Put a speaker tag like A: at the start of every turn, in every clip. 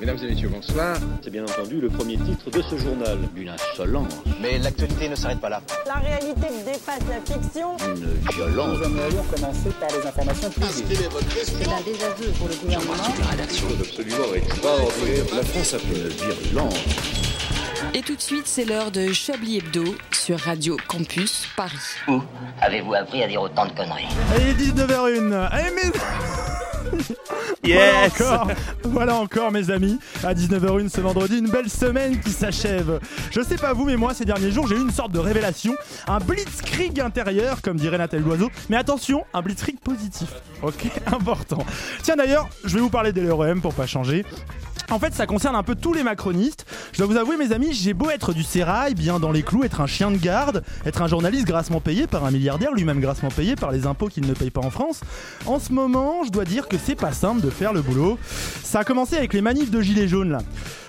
A: Mesdames et messieurs, bonsoir.
B: C'est bien entendu le premier titre de ce journal. Une insolence,
C: Mais l'actualité ne s'arrête pas là.
D: La réalité dépasse la fiction.
B: une violence.
E: aurions
C: Ah
E: commencé par les informations privées.
F: C'est un désaveu pour le gouvernement.
G: Et tout de suite, c'est l'heure de Chablis Hebdo sur Radio Campus Paris.
F: Où avez-vous appris à dire autant de conneries
H: Allez, 19h01. Allez, mes...
I: Yes
H: Voilà encore, voilà encore, mes amis, à 19h01 ce vendredi, une belle semaine qui s'achève. Je sais pas vous, mais moi ces derniers jours, j'ai eu une sorte de révélation, un blitzkrieg intérieur, comme dirait Nathalie Loiseau, mais attention, un blitzkrieg positif. Ok, important. Tiens d'ailleurs, je vais vous parler des LREM E pour pas changer. En fait, ça concerne un peu tous les macronistes. Je dois vous avouer, mes amis, j'ai beau être du sérail, bien dans les clous, être un chien de garde, être un journaliste grassement payé par un milliardaire, lui-même grassement payé par les impôts qu'il ne paye pas en France. En ce moment, je dois dire que c'est pas simple de faire le boulot. Ça a commencé avec les manifs de Gilets jaunes, là.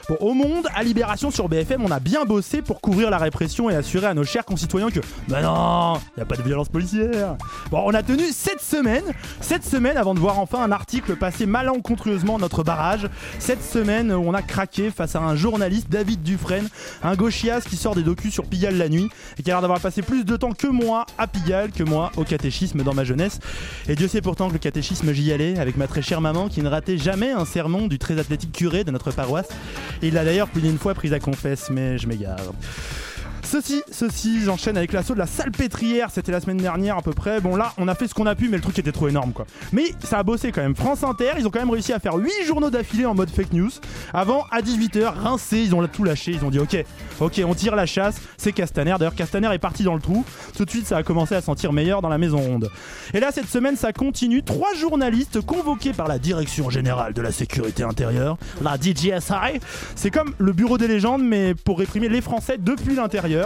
H: Bon, au monde, à Libération sur BFM, on a bien bossé pour couvrir la répression et assurer à nos chers concitoyens que, bah non, y a pas de violence policière. Bon, on a tenu 7 semaines, 7 semaines avant de voir enfin un article passer malencontreusement notre barrage. Cette semaine où on a craqué face à un journaliste, David Dufresne, un gauchias qui sort des docus sur Pigalle la nuit et qui a l'air d'avoir passé plus de temps que moi à Pigalle que moi au catéchisme dans ma jeunesse. Et Dieu sait pourtant que le catéchisme, j'y allais avec ma très chère maman qui ne ratait jamais un sermon du très athlétique curé de notre paroisse. Et il l'a d'ailleurs plus d'une fois prise à confesse, mais je m'égare. Ceci, ceci, j'enchaîne avec l'assaut de la salpêtrière, c'était la semaine dernière à peu près. Bon là, on a fait ce qu'on a pu, mais le truc était trop énorme quoi. Mais ça a bossé quand même. France Inter, ils ont quand même réussi à faire 8 journaux d'affilée en mode fake news. Avant, à 18h, rincés, ils ont tout lâché, ils ont dit ok, ok, on tire la chasse, c'est Castaner. D'ailleurs, Castaner est parti dans le trou. Tout de suite, ça a commencé à sentir meilleur dans la maison ronde. Et là, cette semaine, ça continue. Trois journalistes convoqués par la Direction Générale de la Sécurité Intérieure, la DGSI. C'est comme le bureau des légendes, mais pour réprimer les Français depuis l'intérieur.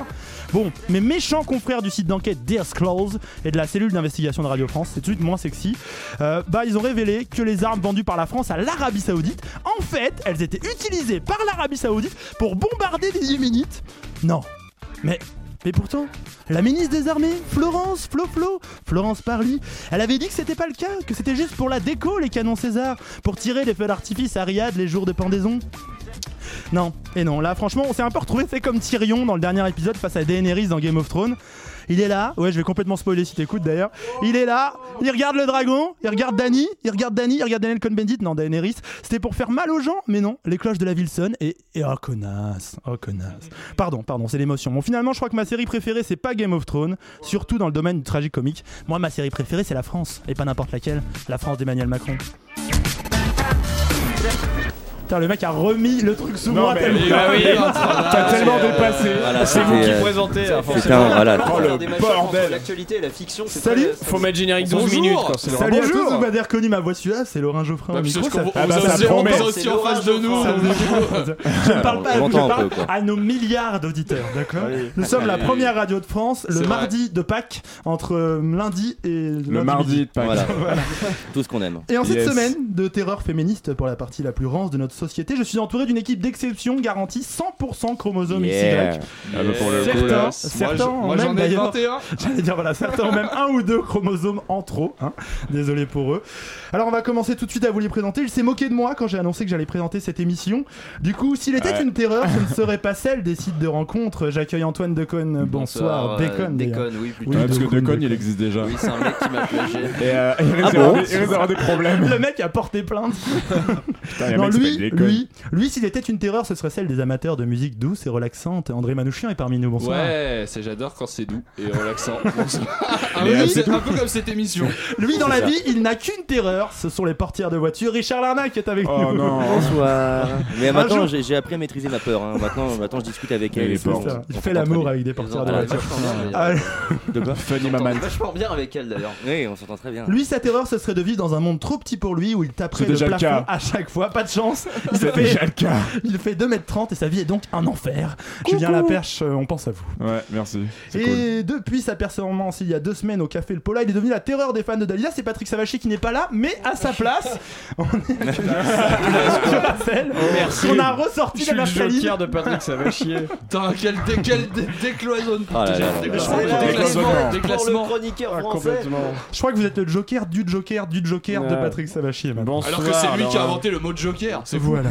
H: Bon, mes méchants confrères du site d'enquête DS Close et de la cellule d'investigation de Radio France, c'est tout de suite moins sexy, euh, bah ils ont révélé que les armes vendues par la France à l'Arabie Saoudite, en fait, elles étaient utilisées par l'Arabie Saoudite pour bombarder les Yéménites. Non, mais. Mais pourtant, la ministre des Armées, Florence Flo Flo, Florence Parly, elle avait dit que c'était pas le cas, que c'était juste pour la déco les canons César, pour tirer des feux d'artifice à Riyad les jours de pendaison. Non, et non, là franchement, on s'est un peu retrouvé fait comme Tyrion dans le dernier épisode face à Daenerys dans Game of Thrones. Il est là, ouais, je vais complètement spoiler si t'écoutes d'ailleurs. Il est là, il regarde le dragon, il regarde Dany, il regarde Dany, il regarde Daniel Cohn-Bendit, non, Daenerys. C'était pour faire mal aux gens, mais non, les cloches de la ville sonnent et, et oh connasse, oh connasse. Pardon, pardon, c'est l'émotion. Bon, finalement, je crois que ma série préférée, c'est pas Game of Thrones, surtout dans le domaine du tragique comique. Moi, ma série préférée, c'est la France, et pas n'importe laquelle, la France d'Emmanuel Macron. Putain, le mec a remis le truc sous moi tellement-
J: bah T'as tellement dépassé.
I: C'est vous
J: euh,
I: qui
J: présentez.
H: hein,
I: Putain, voilà.
J: Oh le bordel.
C: L'actualité et la fiction, c'est
H: Salut.
C: très-
J: Faut mettre générique 12
H: Bonjour.
J: minutes quand c'est le
H: Salut
J: Bonjour.
H: à tous, vous m'avez reconnu ma voix celui-là, c'est Laurent Geoffrin au
J: Bah, Parce
H: micro,
J: qu'on-
H: ça
J: on
H: fait- Ah bah,
J: vous a
H: ça
J: aussi- on
H: promet.
J: vous a aussi en face de nous.
H: Ça
J: donc,
H: vous-
J: du coup,
H: euh, Je ne parle pas à vous, je
I: J'entends un
H: parle
I: peu, quoi.
H: à nos milliards d'auditeurs, d'accord Nous sommes la première radio de France, le
J: C'est vrai.
H: mardi de Pâques, entre euh, lundi et
E: Le mardi de Pâques.
I: Voilà. Tout ce qu'on aime.
H: Et en cette
E: Yes.
H: semaine de terreur féministe pour la partie la plus rance de notre société, je suis entouré d'une équipe d'exception garantie 100% chromosome
I: Yeah.
H: XY.
E: Ah, bah, pour le coup, là,
H: Certains,
J: Moi, je-
H: certains ont
J: moi, j'en
H: même
J: ai
H: d'ailleurs-
J: 21.
H: J'allais dire, voilà, certains ont même un ou deux chromosomes en trop. hein. Désolé pour eux. Alors, on va commencer tout de suite à vous les présenter. Il s'est moqué de moi quand j'ai annoncé que j'allais présenter cette émission. Du coup, s'il était
E: Ouais.
H: une terreur, ce ne serait pas celle des sites de rencontres. J'accueille Antoine Deconne. Bonsoir,
C: euh,
H: Déconne. d'ailleurs.
C: Déconne, oui, plutôt.
H: Oui,
E: Ouais, parce que
H: Decogne,
E: Decogne, il
H: Decogne.
E: existe déjà.
C: Oui, c'est un mec qui m'a plagié.
E: Et euh, il risque
I: bon
E: d'avoir des- il risque d'avoir des problèmes.
H: Le mec a porté plainte.
E: Putain, il y a un
H: Non,
E: mec qui
H: lui,
E: s'appelle Decogne.
H: lui, lui, s'il était une terreur, ce serait celle des amateurs de musique douce et relaxante. André Manouchian est parmi nous. Bonsoir.
J: Ouais, c'est j'adore quand c'est doux et relaxant. Ah
E: Mais, euh,
J: oui,
E: c'est
J: c'est un peu comme cette émission.
H: Lui, dans
I: C'est
H: la
I: ça.
H: vie, il n'a qu'une terreur. Ce sont les portières de voiture. Richard Larnac est avec
E: Oh
H: nous.
E: non.
I: Bonsoir. Ah. Mais
H: jour-
I: maintenant, j'ai j'ai appris à maîtriser ma peur. hein. Maintenant, maintenant, je discute avec
E: Il
I: elle.
E: est
I: C'est
E: fort.
I: ça.
H: Il
I: On
H: fait
I: s'entend
H: l'amour
I: très
H: avec des portières de
C: Ah,
H: voiture.
C: vachement bien, mais, euh,
H: Ah,
E: Funny
C: j'entends
E: Maman.
C: Vachement bien avec elle d'ailleurs.
I: bien. Oui, on s'entend très bien.
H: Lui, sa terreur, ce serait de vivre dans un monde trop petit pour lui où il taperait
E: C'est
H: le
E: déjà le
H: plafond
E: cas.
H: à chaque fois. Pas de chance. Il
E: C'est
H: fait,
E: déjà le cas.
H: il fait 2m30 et sa vie est donc un enfer. Julien Laperche, euh, on pense à vous.
E: Ouais, merci. C'est cool.
H: Et depuis sa performance il y a deux semaines au Café Le Pola, il est devenu la terreur des fans de Dalida. C'est Patrick Savaché qui n'est pas là, mais à sa place, on est avec Raphaël. On a ressorti la Marceline.
J: de Patrick, ça va chier. Putain, quel, dé- quel dé- décloisonne.
I: Ah là là là là.
J: Déclassement,
C: Ah, là,
J: déclassement,
E: là.
C: Pour le
J: déclassement.
C: chroniqueur français.
H: Je crois que vous êtes le Joker du Joker du Joker de
E: Ouais.
H: Patrick Savachier. maintenant.
J: Alors que c'est lui qui a inventé le mot de Joker. C'est
H: Voilà.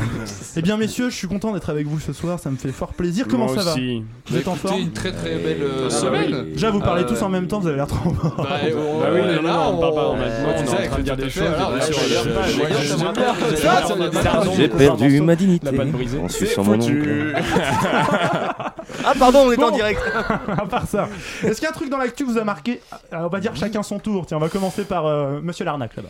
H: Eh bien, messieurs, je suis content d'être avec vous ce soir. Ça me fait fort plaisir. Comment
E: Moi
H: ça
E: aussi.
H: va Vous êtes en
J: Écoutez,
H: forme
J: une très très belle euh,
E: Ah,
J: semaine.
H: Déjà, vous parlez
J: Ah,
H: tous en même temps. Vous avez l'air trop.
J: Bah, on,
E: Bah oui, non, non,
J: là,
E: non, on parle pas en
J: on-
E: même temps,
J: on
E: on est en
J: disait
E: train
J: que
E: de dire
J: tout
E: des
J: à fait,
E: choses, Ah,
J: voilà,
E: bien
J: on
E: sûr,
J: est
E: j'aime
J: bien,
E: pas,
J: j'aime
E: j'aime
J: bien.
E: bien.
J: Ça,
E: J'aime
J: ça
E: bien.
J: n'est pas
E: T'as raison,
J: possible.
I: J'ai
E: beaucoup
I: perdu
E: d'intentions.
I: ma dignité.
E: La panne brisée.
I: En
E: C'est
I: suçant mon oncle.
E: foutu.
I: Ah pardon, on est en
H: Bon.
I: direct.
H: à part ça, est-ce qu'il y a un truc dans l'actu que vous a marqué Alors, On va dire chacun son tour. Tiens, on va commencer par euh, Monsieur l'arnaque là-bas.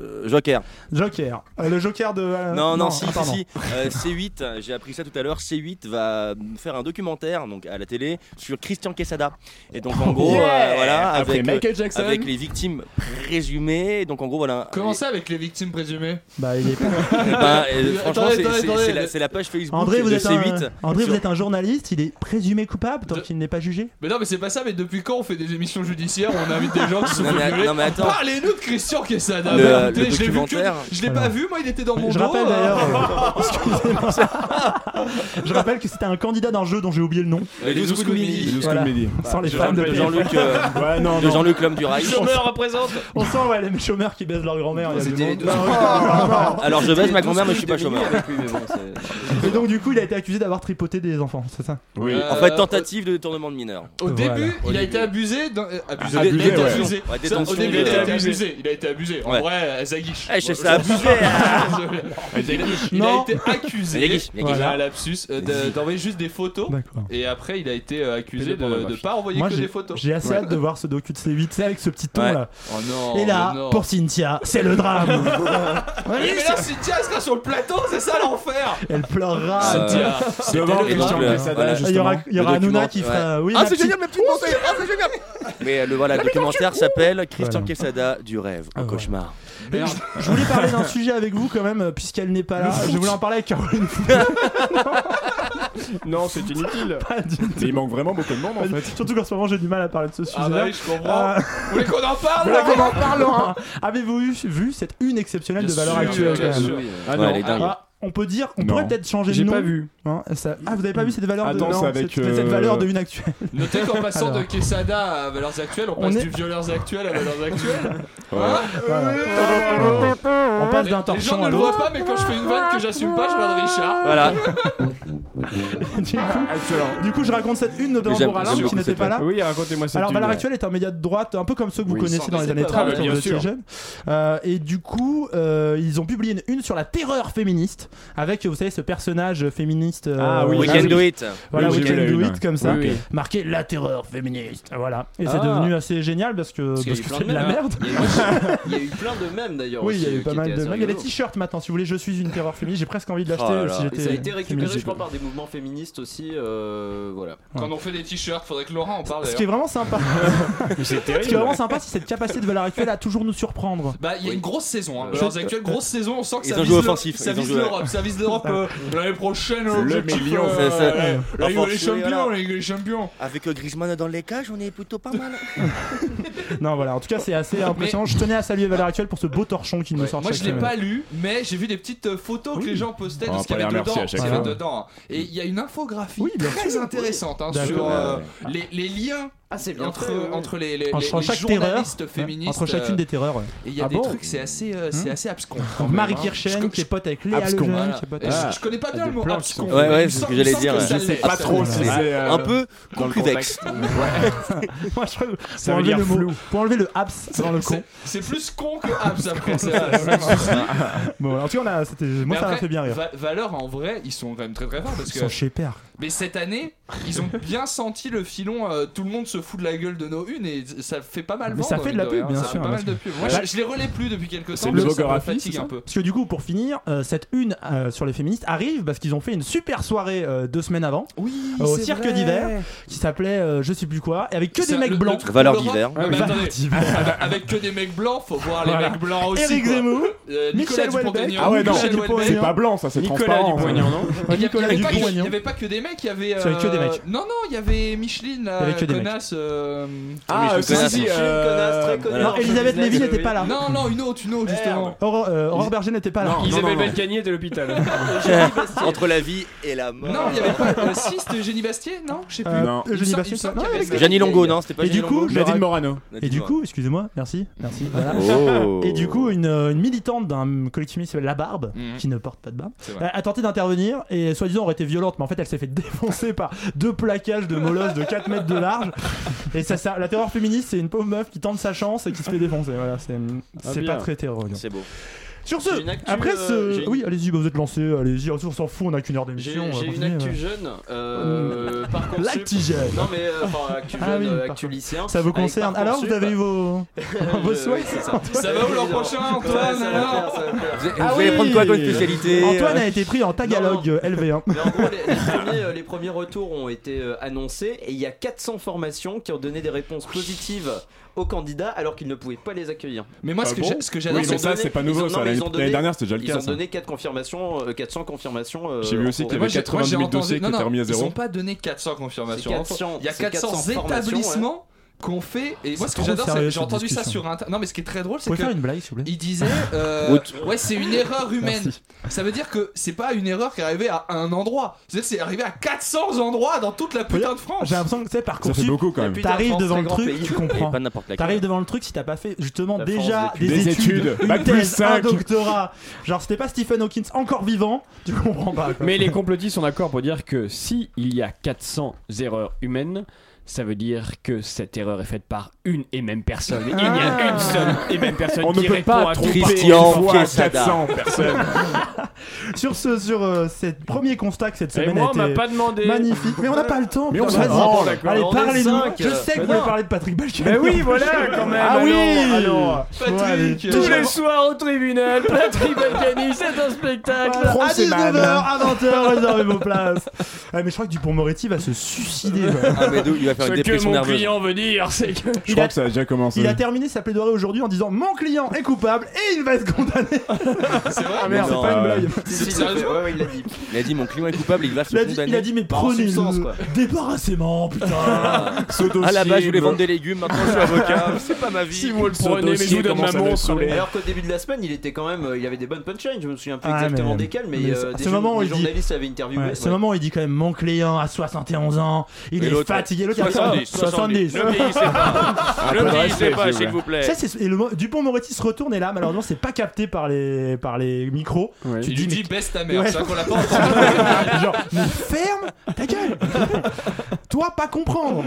I: Euh, Joker.
H: Joker. Euh, le Joker de. euh,
I: Non, non, si,
H: ah,
I: si,
H: pardon.
I: si. Euh, C8, euh, j'ai appris ça tout à l'heure. C8 va faire un documentaire donc à la télé sur Christian Quesada. Et donc
H: Oh,
I: en gros, euh, voilà,
E: Après
I: avec, euh,
E: Michael Jackson.
I: avec les victimes présumées. Donc en gros, voilà.
J: Comment ça avec les victimes présumées
H: Bah, il est pas-
I: Eh ben, euh,
J: Attendez,
I: Franchement, c'est-
J: attendez,
I: c'est-
J: attendez.
I: c'est la- c'est la page Facebook
H: André, vous
I: de
H: êtes,
I: C8.
H: un... André vous
I: Sur-
H: êtes un journaliste. Il est présumé coupable tant
J: De-
H: qu'il n'est pas jugé.
J: Mais non, mais c'est pas ça, mais depuis quand on fait des émissions judiciaires où on invite des gens qui se sont
I: Non, mais-
J: fait violer
I: non, mais attends.
J: Parlez-nous de Christian Quesada
I: Le-
J: merde,
I: le
J: je l'ai vu que-
I: documentaire.
J: Je l'ai pas vu, moi, il était dans mon
H: Je
J: dos,
H: rappelle
J: euh,
H: d'ailleurs. euh, excusez-moi. Je rappelle que c'était un candidat d'un jeu dont j'ai oublié le nom.
I: Les douze coups de midi.
E: Toulouse
H: Voilà.
E: Comédie.
H: sans les
I: Je
H: femmes de
I: rappelle Jean-Luc, euh,
H: Ouais, non,
I: de
H: non.
I: Jean-Luc l'homme du rail.
H: On sent ouais, les chômeurs qui baisent leur grand-mère. il y a du monde.
I: Alors je baise ma grand-mère, mais je suis pas chômeur.
H: Et donc, du coup, il a été accusé d'avoir tripoté des enfants, c'est ça
E: Oui.
J: Euh,
I: En fait, tentative de détournement de mineur.
J: Au
H: Voilà.
J: début, il a été abusé. dans- euh, abusé,
I: Abusé,
J: il a été
E: ouais.
J: abusé.
I: Ouais,
J: Ça,
I: détention
J: au début, il a
I: de-
J: été abusé. Il a été abusé. En
I: Ouais.
J: vrai, ça guiche.
I: Eh, je sais, ça abusé, hein.
J: il, a- il
H: Non.
J: a été accusé.
I: Il y a guiche, il y a guiche.
J: Voilà, un lapsus. euh, de- D'envoyer juste des photos.
H: D'accord.
J: Et après, il a été euh, accusé
E: Pédo
J: de
E: pour la
J: ne
E: vache.
J: pas envoyer
H: Moi,
J: que
H: j'ai-
J: des photos.
H: j'ai assez hâte de voir ce docu de C8, c'est avec ce petit ton
I: Ouais.
H: là.
J: Oh non.
H: Et là,
J: oh non.
H: pour Cynthia, c'est le drame.
J: Mais,
H: Oui,
J: Eh, mais là, Cynthia elle sera sur le plateau, c'est ça l'enfer.
H: Elle pleurera.
I: Ah,
J: Cynthia, c'était
E: Devant
J: le
I: Et donc,
E: Christian
J: drame.
I: euh,
E: Quesada,
I: voilà.
H: Et Il y aura,
E: justement.
H: il y aura
I: Le
H: Hanouna
I: document-
H: qui
I: ouais.
H: fera. Oui,
I: Ah,
H: ma
I: c'est
H: petite-
I: génial, ma petite montée Ah, c'est génial Mais euh, le voilà, le documentaire s'appelle Christian
H: Voilà.
I: Quesada du rêve,
H: Ah,
I: un
H: voilà.
I: cauchemar.
J: Merde.
H: Je voulais parler d'un sujet avec vous quand même, euh, puisqu'elle n'est pas là. Je voulais en parler avec Caroline.
E: Non, c'est inutile.
H: Pas du
E: Mais il manque vraiment beaucoup de monde en fait.
H: Surtout qu'en ce moment, j'ai du mal à parler de ce sujet-là.
J: Ah bah oui, je comprends.
H: Euh,
J: Vous voulez qu'on en parle
H: voilà
J: là
H: comment on parle, hein. Avez-vous eu- vu cette une exceptionnelle
J: Bien
H: de valeur
J: sûr,
H: actuelle
J: bien
H: quand même
J: sûr.
E: Ah
I: Ouais, elle est dingue.
H: Ah, On peut dire, on
E: Non.
H: pourrait peut-être changer de
E: J'ai
H: nom.
E: pas vu. Hmm.
H: hein, ça- Ah, vous avez pas vu cette valeur de
E: Attends,
H: non,
E: c'est avec,
H: cette, cette
E: euh,
H: valeur de une actuelle.
J: Notez qu'en passant
H: Alors.
J: de Quesada à Valeurs Actuelles, on
H: On
J: passe
H: est-
J: du Violeurs Actuelles à Valeurs Actuelles.
E: Ouais.
J: Hein
H: Voilà. On passe d'un
J: les gens
H: torchon
J: ne
H: à
J: le
H: l'autre.
J: voient pas, mais quand je fais une vanne que j'assume pas, je regarde Richard.
I: Voilà.
H: Du coup- Du coup, je raconte cette une de
I: Mais j'aime-
H: Moralin
I: j'aime
H: qui
I: beaucoup
H: n'était
I: cette
H: pas là.
E: Oui, racontez-moi cette
H: Alors,
E: une.
H: Valeur Actuelle est un média de droite, un peu comme ceux que vous
E: Oui,
H: connaissez dans les
J: c'est
H: années
J: pas
C: Ah,
H: 30,
C: bah,
J: vrai,
H: quand
E: bien
H: vous étiez
E: sûr.
H: jeune. Euh, et du coup, euh, ils ont publié une une sur la terreur féministe, avec, vous savez, ce personnage féministe. euh,
E: Ah oui,
I: We
E: bah
I: can
E: oui.
I: do it.
H: Voilà,
E: Oui,
H: We
E: j'ai vu
H: Can
E: la
H: Do
E: une,
H: It,
E: ouais.
H: comme ça,
E: Oui, oui.
H: marqué la terreur féministe. Voilà. Et c'est
J: Ah.
H: devenu assez génial parce que
C: Parce
H: parce
C: qu'il y a
H: que
C: eu plein
H: c'est
C: de
H: de la
C: mèmes,
H: merde.
C: Il y, a eu, il y a eu plein de mèmes d'ailleurs.
H: Oui, il y a
C: aussi,
H: eu
C: euh,
H: pas
C: qui
H: mal
C: étaient
H: de
C: assez
H: mecs. Il y a des
C: rigolos.
H: t-shirts maintenant, si vous voulez, je suis une terreur féministe. J'ai presque envie de l'acheter
I: Oh là là.
H: si
I: Et
C: Et ça a été
H: j'étais
C: récupéré,
H: féministe.
C: je crois, par des mouvements féministes aussi. euh, voilà.
J: Quand on fait des t-shirts, faudrait que Laurent en parle
H: Ce qui est
J: d'ailleurs.
H: vraiment sympa,
E: C'est
H: ce qui est
E: terrible.
H: vraiment sympa, c'est cette capacité de valeur actuelle à toujours nous surprendre.
J: Bah, il y a
I: Oui.
J: une grosse saison, hein.
I: Euh,
J: Valeurs Actuelles, grosse saison, on sent que
I: Ils
J: ça
I: ont
J: vise
I: joué
J: le-
I: offensif,
J: Ça
I: ils ont
J: vise
I: joué-
J: l'Europe, ça vise
H: Ah.
J: l'Europe euh, l'année prochaine. objectif,
E: million,
J: euh,
I: c'est ça.
J: ouais. La Ligue des
I: Offensif,
J: champions,
I: voilà.
J: la Ligue des champions.
I: Avec euh, Griezmann dans les cages, on est plutôt pas mal.
H: Non, voilà, en tout cas, c'est assez impressionnant. Je tenais à saluer Valeur Actuelle pour ce beau torchon qu'il nous sort
J: Moi
H: chaque
J: je l'ai
H: semaine.
J: pas lu, mais j'ai vu des petites euh, photos que les gens postaient
E: On
J: de
E: va
J: ce qu'il y
E: pas
J: avait
E: les
J: dedans.
E: remercier à
J: ce
E: chaque
J: qu'il y avait
H: fois.
J: dedans, hein. Et il y a une infographie
H: Oui, bien
J: très intéressante hein,
H: D'accord.
J: sur euh,
E: Ouais.
J: les, les liens
C: Ah, c'est bien.
J: entre,
C: fait, ouais.
J: entre les, les,
H: Entre
J: les- les
H: chaque
J: journalistes
H: terreur, hein,
J: féministes.
H: Entre chacune
J: euh,
H: des terreurs. ouais.
J: Et il y a
H: Ah
J: des
H: bon
J: trucs, c'est assez, euh, c'est
H: Hmm.
J: assez abscon. hein.
H: Donc, Marie Kirchen, qui est pote avec Léa
E: Abscon.
H: Lejeune,
J: Voilà.
H: qui est pote-
J: Et
E: Ah.
J: je, je connais pas
E: Il
J: bien
E: y a
J: le
E: des
J: mot
E: plans qui
J: abscon.
E: sont-
I: Ouais,
J: mais
I: ouais,
J: il
I: c'est
J: me
I: ce
J: semble-
I: que j'allais
J: il me semble
I: dire,
J: ça
I: je sais
J: l'est.
E: Pas trop, si
H: Voilà.
E: c'est euh,
I: Un peu
E: dans le
I: concudex.
E: contexte.
H: Moi, je trouve-
E: Ça
H: pour
E: veut
H: enlever
E: dire
H: le mot-
E: flou.
H: Pour enlever le abs dans le con.
J: C'est- C'est plus con que abs après. c'est vrai.
H: Bon, en tout cas, on a- c'était-
J: Mais
H: moi, ça m'a
J: après,
H: fait bien rire.
J: Va- Valeur en vrai, ils sont quand même très très forts parce
H: Ils
J: que.
H: sont chez Père.
J: Mais cette année, ils ont bien senti le filon. euh, tout le monde se fout de la gueule de nos unes et ça fait pas mal.
H: Mais ça
J: vendre,
H: fait de
J: mine
H: la
J: rien,
H: pub, bien
J: ça fait
H: sûr,
J: Pas
H: bien
J: mal de pub. Moi,
H: Bah,
J: je, je les relais plus depuis quelques
E: c'est
J: temps.
E: une
J: parce que ça me
E: biographie,
J: fatigue
E: c'est ça
J: un peu.
H: Parce que du coup, pour finir, euh, cette une euh, sur les féministes arrive parce qu'ils ont fait une super soirée euh, deux semaines avant
J: Oui.
H: euh, au cirque d'hiver qui s'appelait euh, je sais plus quoi et avec que des mecs blancs.
I: Valeur d'hiver.
J: Ah, bah, Avec que des mecs blancs, faut voir les
H: Ah Voilà.
J: mecs blancs aussi.
H: Eric
J: quoi.
H: Zemmour,
J: Euh,
H: Michel
J: Nicolas Dupont-Aignan,
H: Houellebecq.
E: Ah ouais, non,
J: Michel
H: Dupont-Aignan.
J: Houellebecq.
E: c'est pas blanc, ça c'est
H: Nicolas
E: transparent.
H: Dupont-Aignan.
E: ça.
J: Il y a- il y
H: Nicolas
J: avait pas que-
H: Dupont-Aignan.
J: Il n'y avait pas que des mecs, il y avait.
H: Il y avait que des
J: euh,
H: Eric.
J: Non, non, il y avait Micheline,
H: Il y
J: la
H: avait que des mecs.
J: connasse. euh,
I: Ah,
J: oui,
I: euh,
J: je connais
I: si,
J: la
I: si,
J: chanson.
I: euh,
J: Connasse, très
I: voilà.
J: connue.
H: Non, Elisabeth Lévy n'était pas là.
J: Non, non, une autre, une autre, justement.
H: Aurore, euh, Aurore Berger n'était pas là.
E: Isabelle Balkany était à l'hôpital.
I: Entre la vie et la mort.
J: Non, il y avait pas. euh, si, c'était Jenny Bastier Non, je sais plus.
H: Euh,
E: Non.
J: Il me
H: Eugénie
J: semble-
H: Bastier,
J: il me semble
H: non,
J: qu'il y
H: elle
J: avait
H: était-
J: ça.
I: Jeannie Longo, non, c'était pas
H: Et du
I: Jeannie
H: coup,
I: Longo
H: je- Nadine
E: Morano.
H: Et du coup, excusez-moi, merci, merci. voilà.
I: Oh.
H: Et du coup, une, euh, une militante d'un collectif féministe qui s'appelle La Barbe,
J: Mhm.
H: qui ne porte pas de barbe,
J: C'est vrai.
H: a a tenté d'intervenir et soi-disant aurait été violente, mais en fait elle s'est fait défoncer par deux plaquages de molosses de 4 mètres de large. Et ça, ça- la terreur féministe, c'est une pauvre meuf qui tente sa chance et qui se fait défoncer. Voilà, c'est c'est
E: bien.
H: pas très terreur.
I: C'est beau.
H: Sur
C: Ah, J'ai
H: ce,
C: une actu,
H: après
C: euh,
H: ce.
C: j'ai une-
H: Oui, allez-y, bah, vous êtes lancé, allez-y, on s'en fout, on a qu'une heure
C: J'ai
H: d'émission. euh, on va
C: j'ai une
H: continuer,
C: actu
H: ouais.
C: jeune. euh, Parcoursup.
H: L'actu jeune.
C: Non, mais euh, enfin, actu jeune,
H: Ah oui,
C: euh,
H: par
C: actu
H: contre.
C: lycéen.
H: Ça vous
C: Avec
H: concerne Alors, vous
C: Parcoursup,
H: avez eu vos, vos
C: euh, oui,
H: souhaits
C: c'est ça.
J: Ça va où l'an prochain,
C: Ouais, ça va
J: Antoine
C: faire,
J: alors
C: ça va faire.
I: Vous, allez-
H: Ah
I: vous allez
H: oui.
I: prendre quoi comme spécialité
H: Antoine
I: euh
H: a été pris en Tagalog euh, LV1.
C: Mais en gros, les, les premiers, euh, les premiers retours ont été euh, annoncés et il y a 400 formations qui ont donné des réponses positives aux candidats alors qu'ils ne pouvaient pas les accueillir.
J: Mais moi,
E: Ah
J: ce que
E: bon
J: j'ai- ce que
E: Oui,
J: j'adore,
E: mais
J: c'est
E: ça, c'est pas
C: ils ont-
E: nouveau.
C: non,
E: ça.
C: mais
E: L'année
C: ils ont donné-
E: l'année dernière, c'était déjà le
C: Ils
E: cas.
C: ont
E: ça.
C: donné 4 confirmations, euh, 400 confirmations. euh,
E: J'ai vu aussi
C: en
E: qu'il y
C: cours.
E: avait 82 000 dossiers qui
J: non, non,
E: étaient remis à
J: Ils
E: zéro.
J: n'ont pas donné 400 confirmations.
C: C'est 400,
J: il y a
C: c'est 400
J: 400,
C: formations,
J: établissements qu'on fait. Et moi,
H: C'est
J: ce que
H: trop
J: j'adore,
H: sérieux,
J: c'est j'ai
H: cette
J: entendu ça
H: discussion.
J: sur Internet. Non, mais ce qui est très drôle,
H: Vous
J: c'est
H: pouvez
J: que
H: faire une blague, s'il vous plaît
J: il disait euh,
I: Route.
J: ouais c'est une erreur humaine
H: Merci.
J: ça veut dire que c'est pas une erreur qui est arrivée à un endroit c'est-à-dire que c'est arrivé à 400 endroits dans toute la putain de France
H: J'ai l'impression que tu sais, par
E: Ça fait
H: contre,
E: beaucoup quand même.
C: Putain,
H: t'arrives
C: France,
H: devant
C: très
H: le
C: grand
H: truc,
C: pays.
H: tu
I: Et
H: comprends.
I: pas n'importe laquelle.
H: T'arrives devant le truc si t'as pas fait justement
C: La
H: déjà
C: France
H: des,
E: des
H: études,
E: études,
H: une
E: bac plus
H: thèse, un
E: 5.
H: doctorat. Genre, c'était pas Stephen Hawking encore vivant, tu comprends pas. quoi.
E: Mais les complotistes sont d'accord pour dire que si il y a 400 erreurs humaines, ça veut dire que cette erreur est faite par une et même personne. Il y a une seule et même personne
H: Ah. On
E: qui
H: ne peut
E: répond
H: pas
E: à
H: tromper
E: tout.
I: Christian
E: Fois
I: Quesada.
E: 400 personnes.
H: Sur ce, sur euh, cette premier constat que cette
E: Et
H: semaine
E: moi, on
H: a
E: m'a
H: été
E: pas demandé.
H: magnifique. Mais on n'a pas le temps.
E: Mais on
H: putain,
E: s'en
H: vas-y.
E: branle, d'accord.
H: Allez,
C: On est
H: parlez-nous.
C: cinq,
H: Je
C: euh,
H: sais que vous
E: mais
H: voulez
E: non.
H: parler de Patrick Balkany.
E: Mais oui, voilà, quand même.
H: Ah oui. euh,
E: alors,
H: Bon, allez.
J: Patrick
E: Tous les soirs au tribunal, Patrick Balkany, c'est un spectacle.
H: Voilà, Ah, à
E: Procès
H: 19h,
E: man.
H: à 20h, réservez vos places. Ah, mais je crois que Dupont-Moretti va se suicider. quoi.
I: Ah, mais d'où il va faire une
E: Ce que
I: dépression
E: mon
I: nerveuse.
E: client veut dire, c'est que.
H: Il
E: Je
H: a-
E: crois que ça a déjà commencé.
H: Il a terminé sa plaidoirie aujourd'hui en disant Mon client est coupable et il va être condamné.
J: c'est vrai
H: Ah merde, c'est
I: Non,
H: pas une
I: euh,
H: blague.
C: Si, si, il a fait- ouais, ouais, il l'a dit.
I: Il a dit mon client est coupable, il va se
H: Il a dit,
I: condamner.
H: il a dit mais
C: Bah, en substance,
H: prenez-le.
C: quoi.
H: Débarrassez-moi, putain.
I: À la base, je voulais vendre des légumes, maintenant je suis avocat. C'est pas ma vie.
E: Si vous le
I: Ce
E: prenez, mais je
I: dossier
E: vous donne ma
I: commence à me
E: montre.
I: saouler.
C: Alors qu'au début de la semaine, il était quand même, euh, il avait des bonnes punchlines. Je me souviens plus
H: Ah,
C: exactement
H: mais-
C: desquelles, mais,
H: mais
C: euh,
H: c'est-
C: des
H: c'est le
C: jour-
H: moment où
C: des
H: il dit-
C: journalistes avaient interviewé.
H: Ouais, c'est
C: ouais.
H: le moment où il dit quand même mon client à 71 ans, il
I: Et
H: est
I: l'autre,
H: fatigué. L'autre il a
I: 70,
H: 70.
I: Le
E: de
I: dis,
E: respect,
I: c'est pas,
E: s'il vous
I: s'il
E: plaît.
I: vous plaît.
H: Ça, c'est- et le Dupont Moretti se retourne et là malheureusement c'est pas capté par les par les micros.
E: Ouais.
J: il lui dit baisse ta mère
H: Ouais.
J: c'est vrai qu'on l'a pas entendu
H: Genre mais ferme ta gueule. Toi pas comprendre.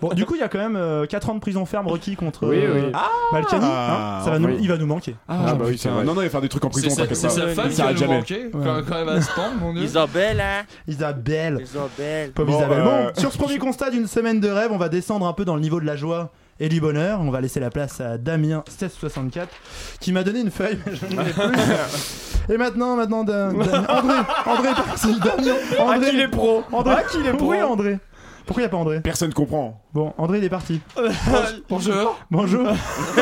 H: Bon du coup il y a quand même 4 ans de prison ferme requis contre
E: Oui,
H: euh,
E: oui.
H: Balkany.
E: Ah,
H: hein. ça va nous,
E: oui.
H: il va nous manquer.
E: Ah, bah oui, ça va. Non, non, il va faire des trucs en
J: c'est
E: prison,
J: sa,
E: t'inquiète
J: c'est
E: pas.
J: sa femme
E: Il
J: qui a
E: s'arrête
J: le
E: jamais.
J: manquer quand, quand elle va se pendre mon dieu
I: Isabelle, hein
H: Isabelle.
I: Isabelle.
H: Pauvre
E: Bon,
H: Isabelle.
E: euh,
H: Bon, sur ce premier constat d'une semaine de rêve, on va descendre un peu dans le niveau de la joie et du bonheur. On va laisser la place à Damien 1664 qui m'a donné une feuille. mais je n'en ai plus. et maintenant, maintenant, Da- Da- André, André, merci, Damien, André,
E: Ah, qu'il est pro
H: André,
E: Ah, qu'il est pro
H: Oui, André. Pourquoi il a pas André
E: Personne comprend.
H: Bon, André, il est parti.
J: bonjour
H: Bonjour.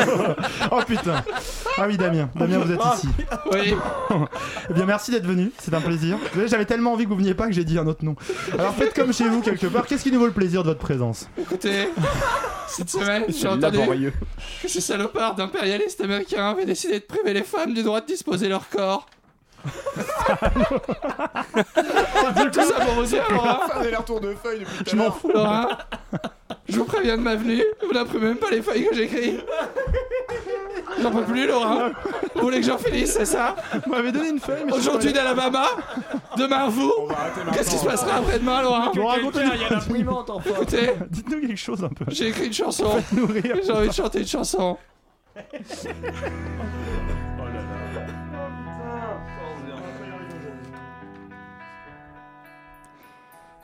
H: oh putain. Ah oui, Damien. Damien, vous êtes ici.
J: oui
H: Eh bien, merci d'être venu. C'est un plaisir. Vous savez, J'avais tellement envie que vous veniez pas que j'ai dit un autre nom. Alors faites comme chez vous quelque part. Qu'est-ce qui nous vaut le plaisir de votre présence
J: écoutez cette semaine j'ai entendu que ces salopards d'impérialistes américains avaient décidé de priver les femmes du droit de disposer leur corps
E: Ah,
J: tout ça pour vous dire hein. Laura
H: Je m'en fous.
J: Laura, je vous préviens de ma venue, vous n'imprimez même pas les feuilles que j'écris. J'en peux plus, Laura. Vous voulez que j'en finisse, c'est ça
H: Vous m'avez donné une feuille, mais je sais
J: Aujourd'hui d'Alabama, demain vous. Qu'est-ce qui se passera après-demain, Laura
H: pas. Bon, racontez-nous-
J: Écoutez,
H: Dites-nous quelque chose un peu.
J: j'ai écrit une chanson.
H: Nous rire.
J: J'ai envie de chanter une chanson.
H: Oh,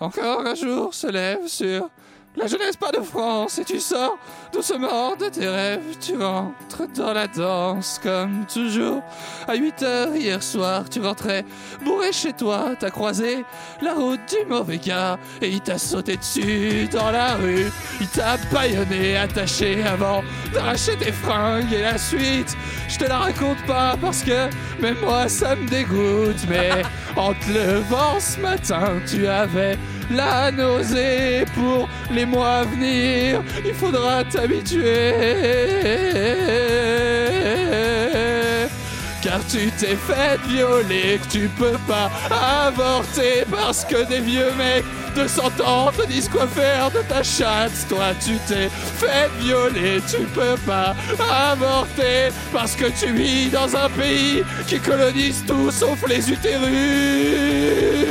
J: Encore un jour se lève sur la jeunesse pas de France et tu sors doucement de tes rêves. Tu rentres dans la danse comme toujours. À 8 heures hier soir, tu rentrais bourré chez toi. T'as croisé la route du mauvais gars et il t'a sauté dessus dans la rue. Il t'a paillonné, attaché avant d'arracher tes fringues. Et la suite, je te la raconte pas parce que même moi ça me dégoûte. Mais en te levant ce matin, tu avais la nausée pour les mois à venir. Il faudra t'habituer. Car tu t'es fait violer, que tu peux pas avorter parce que des vieux mecs de 100 ans te disent quoi faire de ta chatte. Toi, tu t'es fait violer, tu peux pas avorter parce que tu vis dans un pays qui colonise tout sauf les utérus.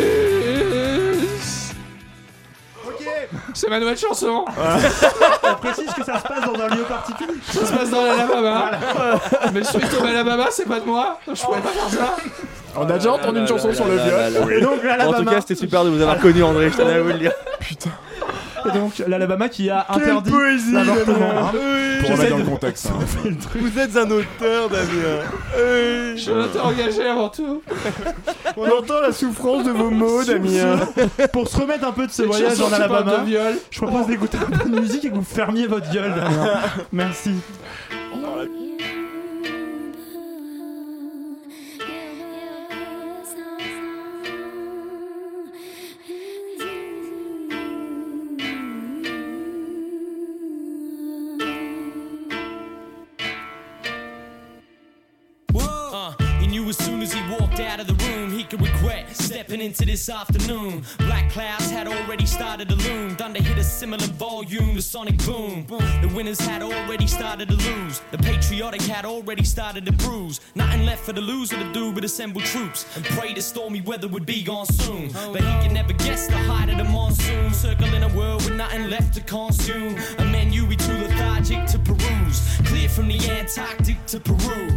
J: C'est ma nouvelle chanson.
H: On précise que ça se passe dans un lieu particulier.
J: Ça se passe dans l'Alabama. Mais je suis tombé à l'Alabama, c'est pas de moi. Je pouvais pas faire ça.
A: On a déjà entendu une chanson sur le viol.
H: Et donc
I: En
H: l'Alabama.
I: tout cas, c'était super de vous avoir connu, André, je tenais à vous le dire.
H: Et donc l'Alabama qui a
A: Quelle
H: interdit
A: poésie
H: l'avortement. hein.
A: Pour
H: J'essaie
A: remettre dans
H: de-
A: le contexte. hein.
I: Vous êtes un auteur, Damien.
J: Je m'étais engagé avant tout.
A: On entend la souffrance de vos mots, Damien.
H: Pour se remettre un peu de ce
J: Une
H: voyage
J: chanson
H: en
J: qui parle
H: Alabama,
J: de viol.
H: je propose d'écouter un peu de musique et que vous fermiez votre gueule. Damien. Merci.
K: Uh, he knew as soon as he walked out of the room, he could regret stepping into this afternoon. Black clouds had already started to loom. Thunder hit a similar volume to sonic boom. The winners had already started to lose. The patriotic had already started to bruise. Nothing left for the loser to do but assemble troops and pray the stormy weather would be gone soon. But he could never guess the height of the monsoon, circling a world with nothing left to consume. A menu we too lethargic to peruse, clear from the Antarctic to Peru.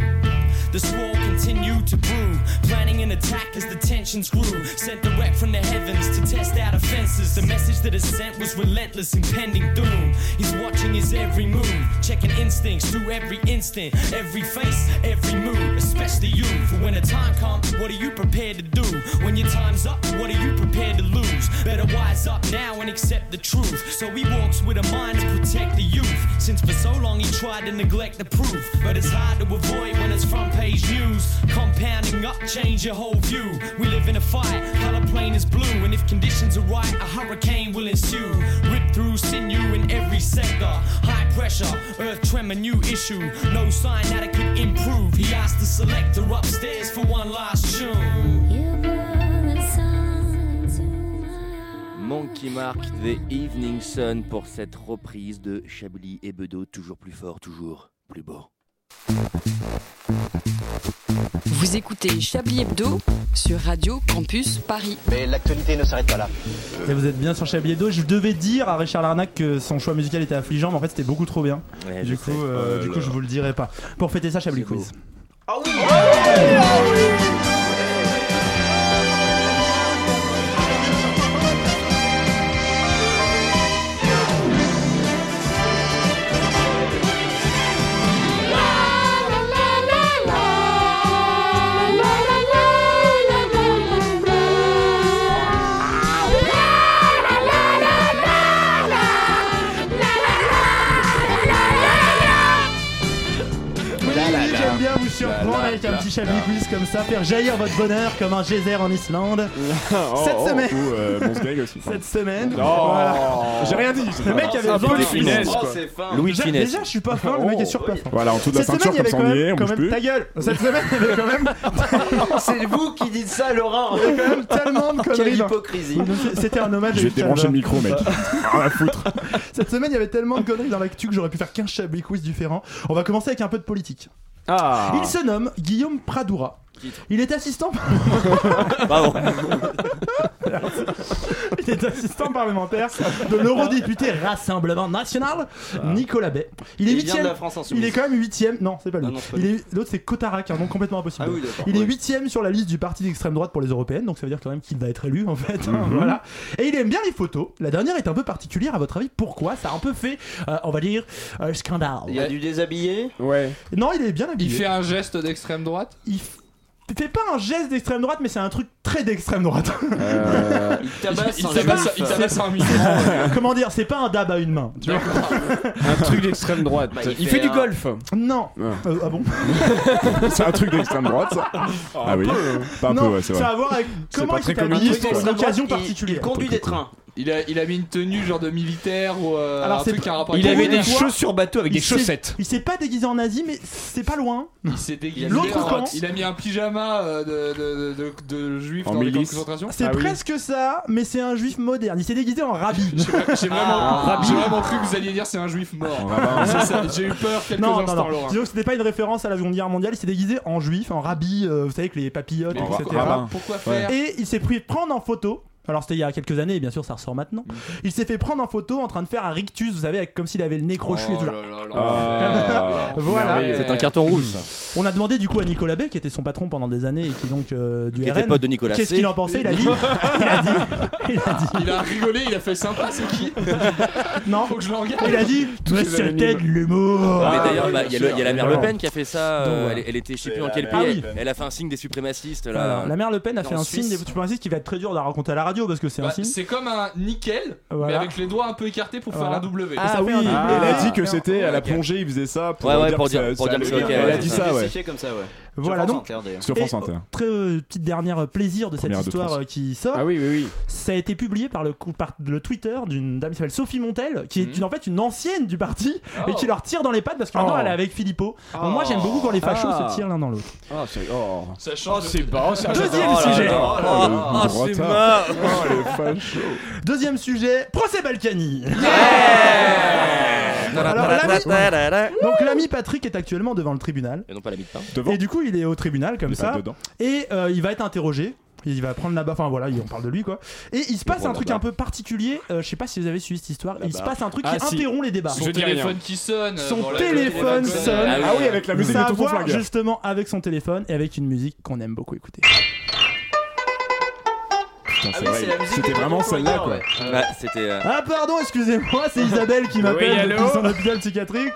K: The swore continued to brew, planning an attack as the tensions grew. Sent direct from the heavens to test out offenses. The message that is sent was relentless, impending doom. He's watching his every move, checking instincts through every instant, every face, every mood, especially you. For when the time comes, what are you prepared to do? When your time's up, what are you prepared to lose? Better wise up now and accept the truth. So he walks with a mind to protect the youth. Since for so long he tried to neglect the proof, but it's hard to avoid when it's front page news. Compounding up, change your whole view. We live in a fight, color plane is blue, and if conditions are right, a hurricane will ensue. Rip through sinew in every sector. High pressure, earth tremor, new issue. No sign that it could improve. He asked the selector upstairs for one last tune.
I: Monkey Mark The Evening Sun pour cette reprise de Chablis et Bedeau, toujours plus fort, toujours plus beau.
G: Vous écoutez Chablis Hebdo sur Radio Campus Paris.
B: Mais l'actualité ne s'arrête pas là.
H: Et vous êtes bien sur Chablis Hebdo. Je devais dire à Richard Larnac que son choix musical était affligeant, mais en fait c'était beaucoup trop bien.
I: Ouais, je
H: Du coup,
I: sais.
H: euh,
A: Oh
H: du
A: là
H: coup, je
A: là.
H: vous le dirai pas. Pour fêter ça, Chablis Quiz. Oui, J'aime bien vous surprendre avec un petit Chablis Quiz comme ça, faire jaillir votre bonheur comme un geyser en Islande. Cette semaine.
A: Oh, Ou euh, mon gag aussi.
H: Cette semaine.
A: Oh,
H: Voilà.
A: J'ai rien dit.
H: Le mec avait besoin
A: peu
H: de
A: des
H: finesse.
A: finesses,
C: Oh,
A: quoi. Oh.
C: c'est fin.
I: Louis
H: Déjà,
I: Finesse.
H: déjà, je suis pas fin, le mec est sur pas fin.
A: Voilà, en dessous de la
H: Cette semaine,
A: ceinture,
H: il y
A: comme
H: avait quand
A: ça on y est,
H: même,
A: on
H: quand
A: bouge
H: même-
A: plus.
H: ta gueule. Cette semaine, il y avait quand même,
C: C'est vous qui dites ça, Laurent.
H: quand même tellement de
C: Quelle
H: conneries.
C: hypocrisie.
H: dans- C'était un hommage. à
A: Je vais
H: Richard
A: débrancher le
H: Larnac.
A: micro, mec. Rien à foutre.
H: Cette semaine, il y avait tellement de conneries dans l'actu que j'aurais pu faire 15 Chablis Quiz différents. On va commencer avec un peu de politique.
E: Ah
H: Il se nomme Guillaume Pradoura. Il est assistant.
I: Bravo.
H: Il est assistant parlementaire de l'eurodéputé Rassemblement National, Nicolas Bay. Il est
C: Ah. Il vient de
H: huitième.
C: la France Insoumise.
H: Il est quand même huitième. Non, c'est pas lui.
C: Ah non, c'est pas
H: Il est- L'autre, c'est Cotarac, un nom complètement impossible.
C: Ah oui, d'accord.
H: il est
C: Ouais.
H: huitième sur la liste du parti d'extrême droite pour les européennes, donc ça veut dire quand même qu'il va être élu en fait. hein,
C: Mhm.
H: voilà. Et il aime bien les photos. La dernière est un peu particulière à votre avis. Pourquoi Ça a un peu fait, euh, on va dire, euh, scandale.
C: Il y a du déshabillé.
A: Ouais.
H: Non, il est bien
J: Il
H: habillé.
J: fait un geste d'extrême droite.
H: Il f- il fait pas un geste d'extrême droite, mais c'est un truc très d'extrême droite.
A: Euh,
C: Il tabasse
J: Il
C: un
J: tabasse,
C: juif.
J: il tabasse un migrant.
H: Comment dire C'est pas un dab à une main. tu vois.
E: Un truc d'extrême droite.
C: Bah,
E: il,
C: il
E: fait,
C: fait
E: du
C: un-
E: golf.
H: Non.
A: Ah.
H: Euh, ah bon
A: c'est un truc d'extrême droite, ça. Ah oui. Pas un
H: Non,
C: Oh,
A: peu, ouais, c'est
H: ça a
A: vrai.
H: à voir avec
A: C'est
H: comment
A: pas
H: il
A: très
H: s'est
A: communiste,
H: habillé
A: quoi.
H: pour une occasion
C: Il- Il
H: particulière.
C: conduit des trains.
J: Il a, il a mis une tenue genre de militaire ou euh, un
H: c'est
J: truc qui a un rapport
H: pour
J: avec
H: une
J: la
H: fois,
J: guerre.
H: il s'est- Il s'est pas déguisé en nazi, mais c'est pas loin. hein.
J: Il s'est déguisé.
H: L'autre
J: en-
H: camp.
J: Il a mis un pyjama euh, de, de, de, de, de juif
H: En
J: dans les camps de
H: milice.
J: concentration.
H: Ah,
I: Ah
H: C'est presque ça, mais c'est un juif moderne. Il s'est déguisé en rabbi.
J: J'ai vraiment,
H: Ah.
J: j'ai vraiment cru que vous alliez dire c'est un juif
I: Ah,
J: mort.
I: bah,
J: C'est Ah bah, ça, J'ai eu peur quelques
H: non, non,
J: instants,
H: non.
J: Laurent.
H: Disons que c'était pas une référence à la Seconde Guerre mondiale. Il s'est déguisé en juif, en rabbi, euh, vous savez, avec les papillotes,
J: Mais
H: etc.
J: pourquoi- rabbin. Pourquoi faire
H: Et il s'est pris prendre en photo. Alors c'était il y a quelques années, et bien sûr ça ressort maintenant.
J: Mm.
H: Il s'est fait prendre en photo en train de faire un rictus, vous savez, avec, comme s'il avait le nez crochu et tout.
J: Oh là
H: genre.
J: là là.
H: Ah. voilà.
I: C'est un carton rouge. ça.
H: On a demandé du coup à Nicolas Bay, qui était son patron pendant des années et qui donc euh, du
I: Qui
H: RN,
I: était pote de Nicolas
H: Qu'est-ce
I: C.
H: qu'il en pensait Il a dit. Ah,
J: Il a rigolé, il a fait sympa, c'est qui
H: Non.
J: Faut que je le regarde.
H: Il a dit.
J: Tous
H: Mais
J: les
H: c'était
J: anonymes.
H: de l'humour.
I: mais d'ailleurs, bah, il y, a le- il y a la mère Le
H: Évidemment.
I: Pen qui a fait ça.
H: Donc,
I: euh,
H: voilà.
I: elle, elle était, je sais
H: Oh, C'est
I: plus en
H: la
I: quel
H: mère
I: pays.
H: Le
I: elle-
H: Pen.
I: Elle, a fait un signe des suprémacistes. Là.
H: Voilà. La mère Le Pen a fait
I: En
H: un
I: Suisse.
H: signe des suprémacistes qui va être très dur à raconter à la radio parce que c'est un
J: Bah,
H: signe.
J: c'est comme un nickel, mais
H: Voilà.
J: avec les doigts un peu écartés pour faire
H: Voilà.
J: un W.
H: Ah Ça fait oui, un double
A: Ah, elle a dit que
J: Merde.
A: c'était à la plongée, il faisait ça pour
I: Ouais, ouais,
A: dire
I: pour
A: que ça-
I: dire- pour
A: ça
I: dire que
A: allait
I: c'est
A: bien.
I: ok,
A: Elle a
I: ouais,
A: dit
I: c'est
A: ça,
I: ça.
A: ouais.
C: C'est comme ça, ouais.
H: Voilà
C: Sur
H: donc.
C: France Inter, d'ailleurs.
A: Sur France
H: Et,
A: Inter.
H: euh, Très euh, petite dernière euh, plaisir de cette
A: Première de
H: histoire
A: France.
H: euh, qui sort.
E: Ah oui, oui, oui.
H: Ça a été publié par le, coup- par le Twitter d'une dame qui s'appelle Sophie Montel, qui est
A: Mhm.
H: une- en fait une ancienne du parti
J: Oh.
H: et qui leur tire dans les pattes parce que maintenant
E: Oh.
H: elle est avec Philippot. Donc moi j'aime beaucoup quand les fachos
E: Ah.
H: se tirent l'un dans l'autre.
E: Oh, c'est. Oh.
J: Ça change.
E: c'est bas, c'est
H: Deuxième
E: Oh là
H: sujet.
E: là.
H: Oh,
E: Oh,
H: le-
E: oh,
H: le
E: c'est
H: retard.
E: bas.
H: Deuxième sujet, procès Balkany. Alors, l'ami- Donc l'ami Patrick est actuellement devant le tribunal.
I: Et non pas la mi-temps.
H: Et du coup, il est au tribunal comme
I: Il est pas
H: ça.
I: dedans.
H: Et euh, il va être interrogé. Il va prendre là-bas. Enfin voilà, il- on parle de lui quoi. Et il se passe
I: prend
H: un truc
I: là-bas.
H: un peu particulier. euh, je sais pas si vous avez suivi cette histoire. Il se
I: Là-bas.
H: passe un truc
I: Ah,
H: qui
I: si.
H: interrompt les débats.
J: Son téléphone qui sonne. euh,
H: Son
J: dans la-
H: téléphone sonne.
J: Ah oui, avec la musique
H: Ça
J: de
H: a à
J: Tonton
H: voir,
J: Flingueur.
H: justement avec son téléphone et avec une musique qu'on aime beaucoup écouter.
A: Putain,
H: Ah
A: c'est
H: oui,
A: vrai,
H: c'est la musique
A: C'était
H: de
A: vraiment
H: Tonton
A: celle-là, quoi.
H: Flingueur,
I: Ouais, c'était. euh,
H: Ah pardon, excusez-moi, c'est Isabelle qui m'appelle
I: Oui, allô
H: depuis son hôpital psychiatrique.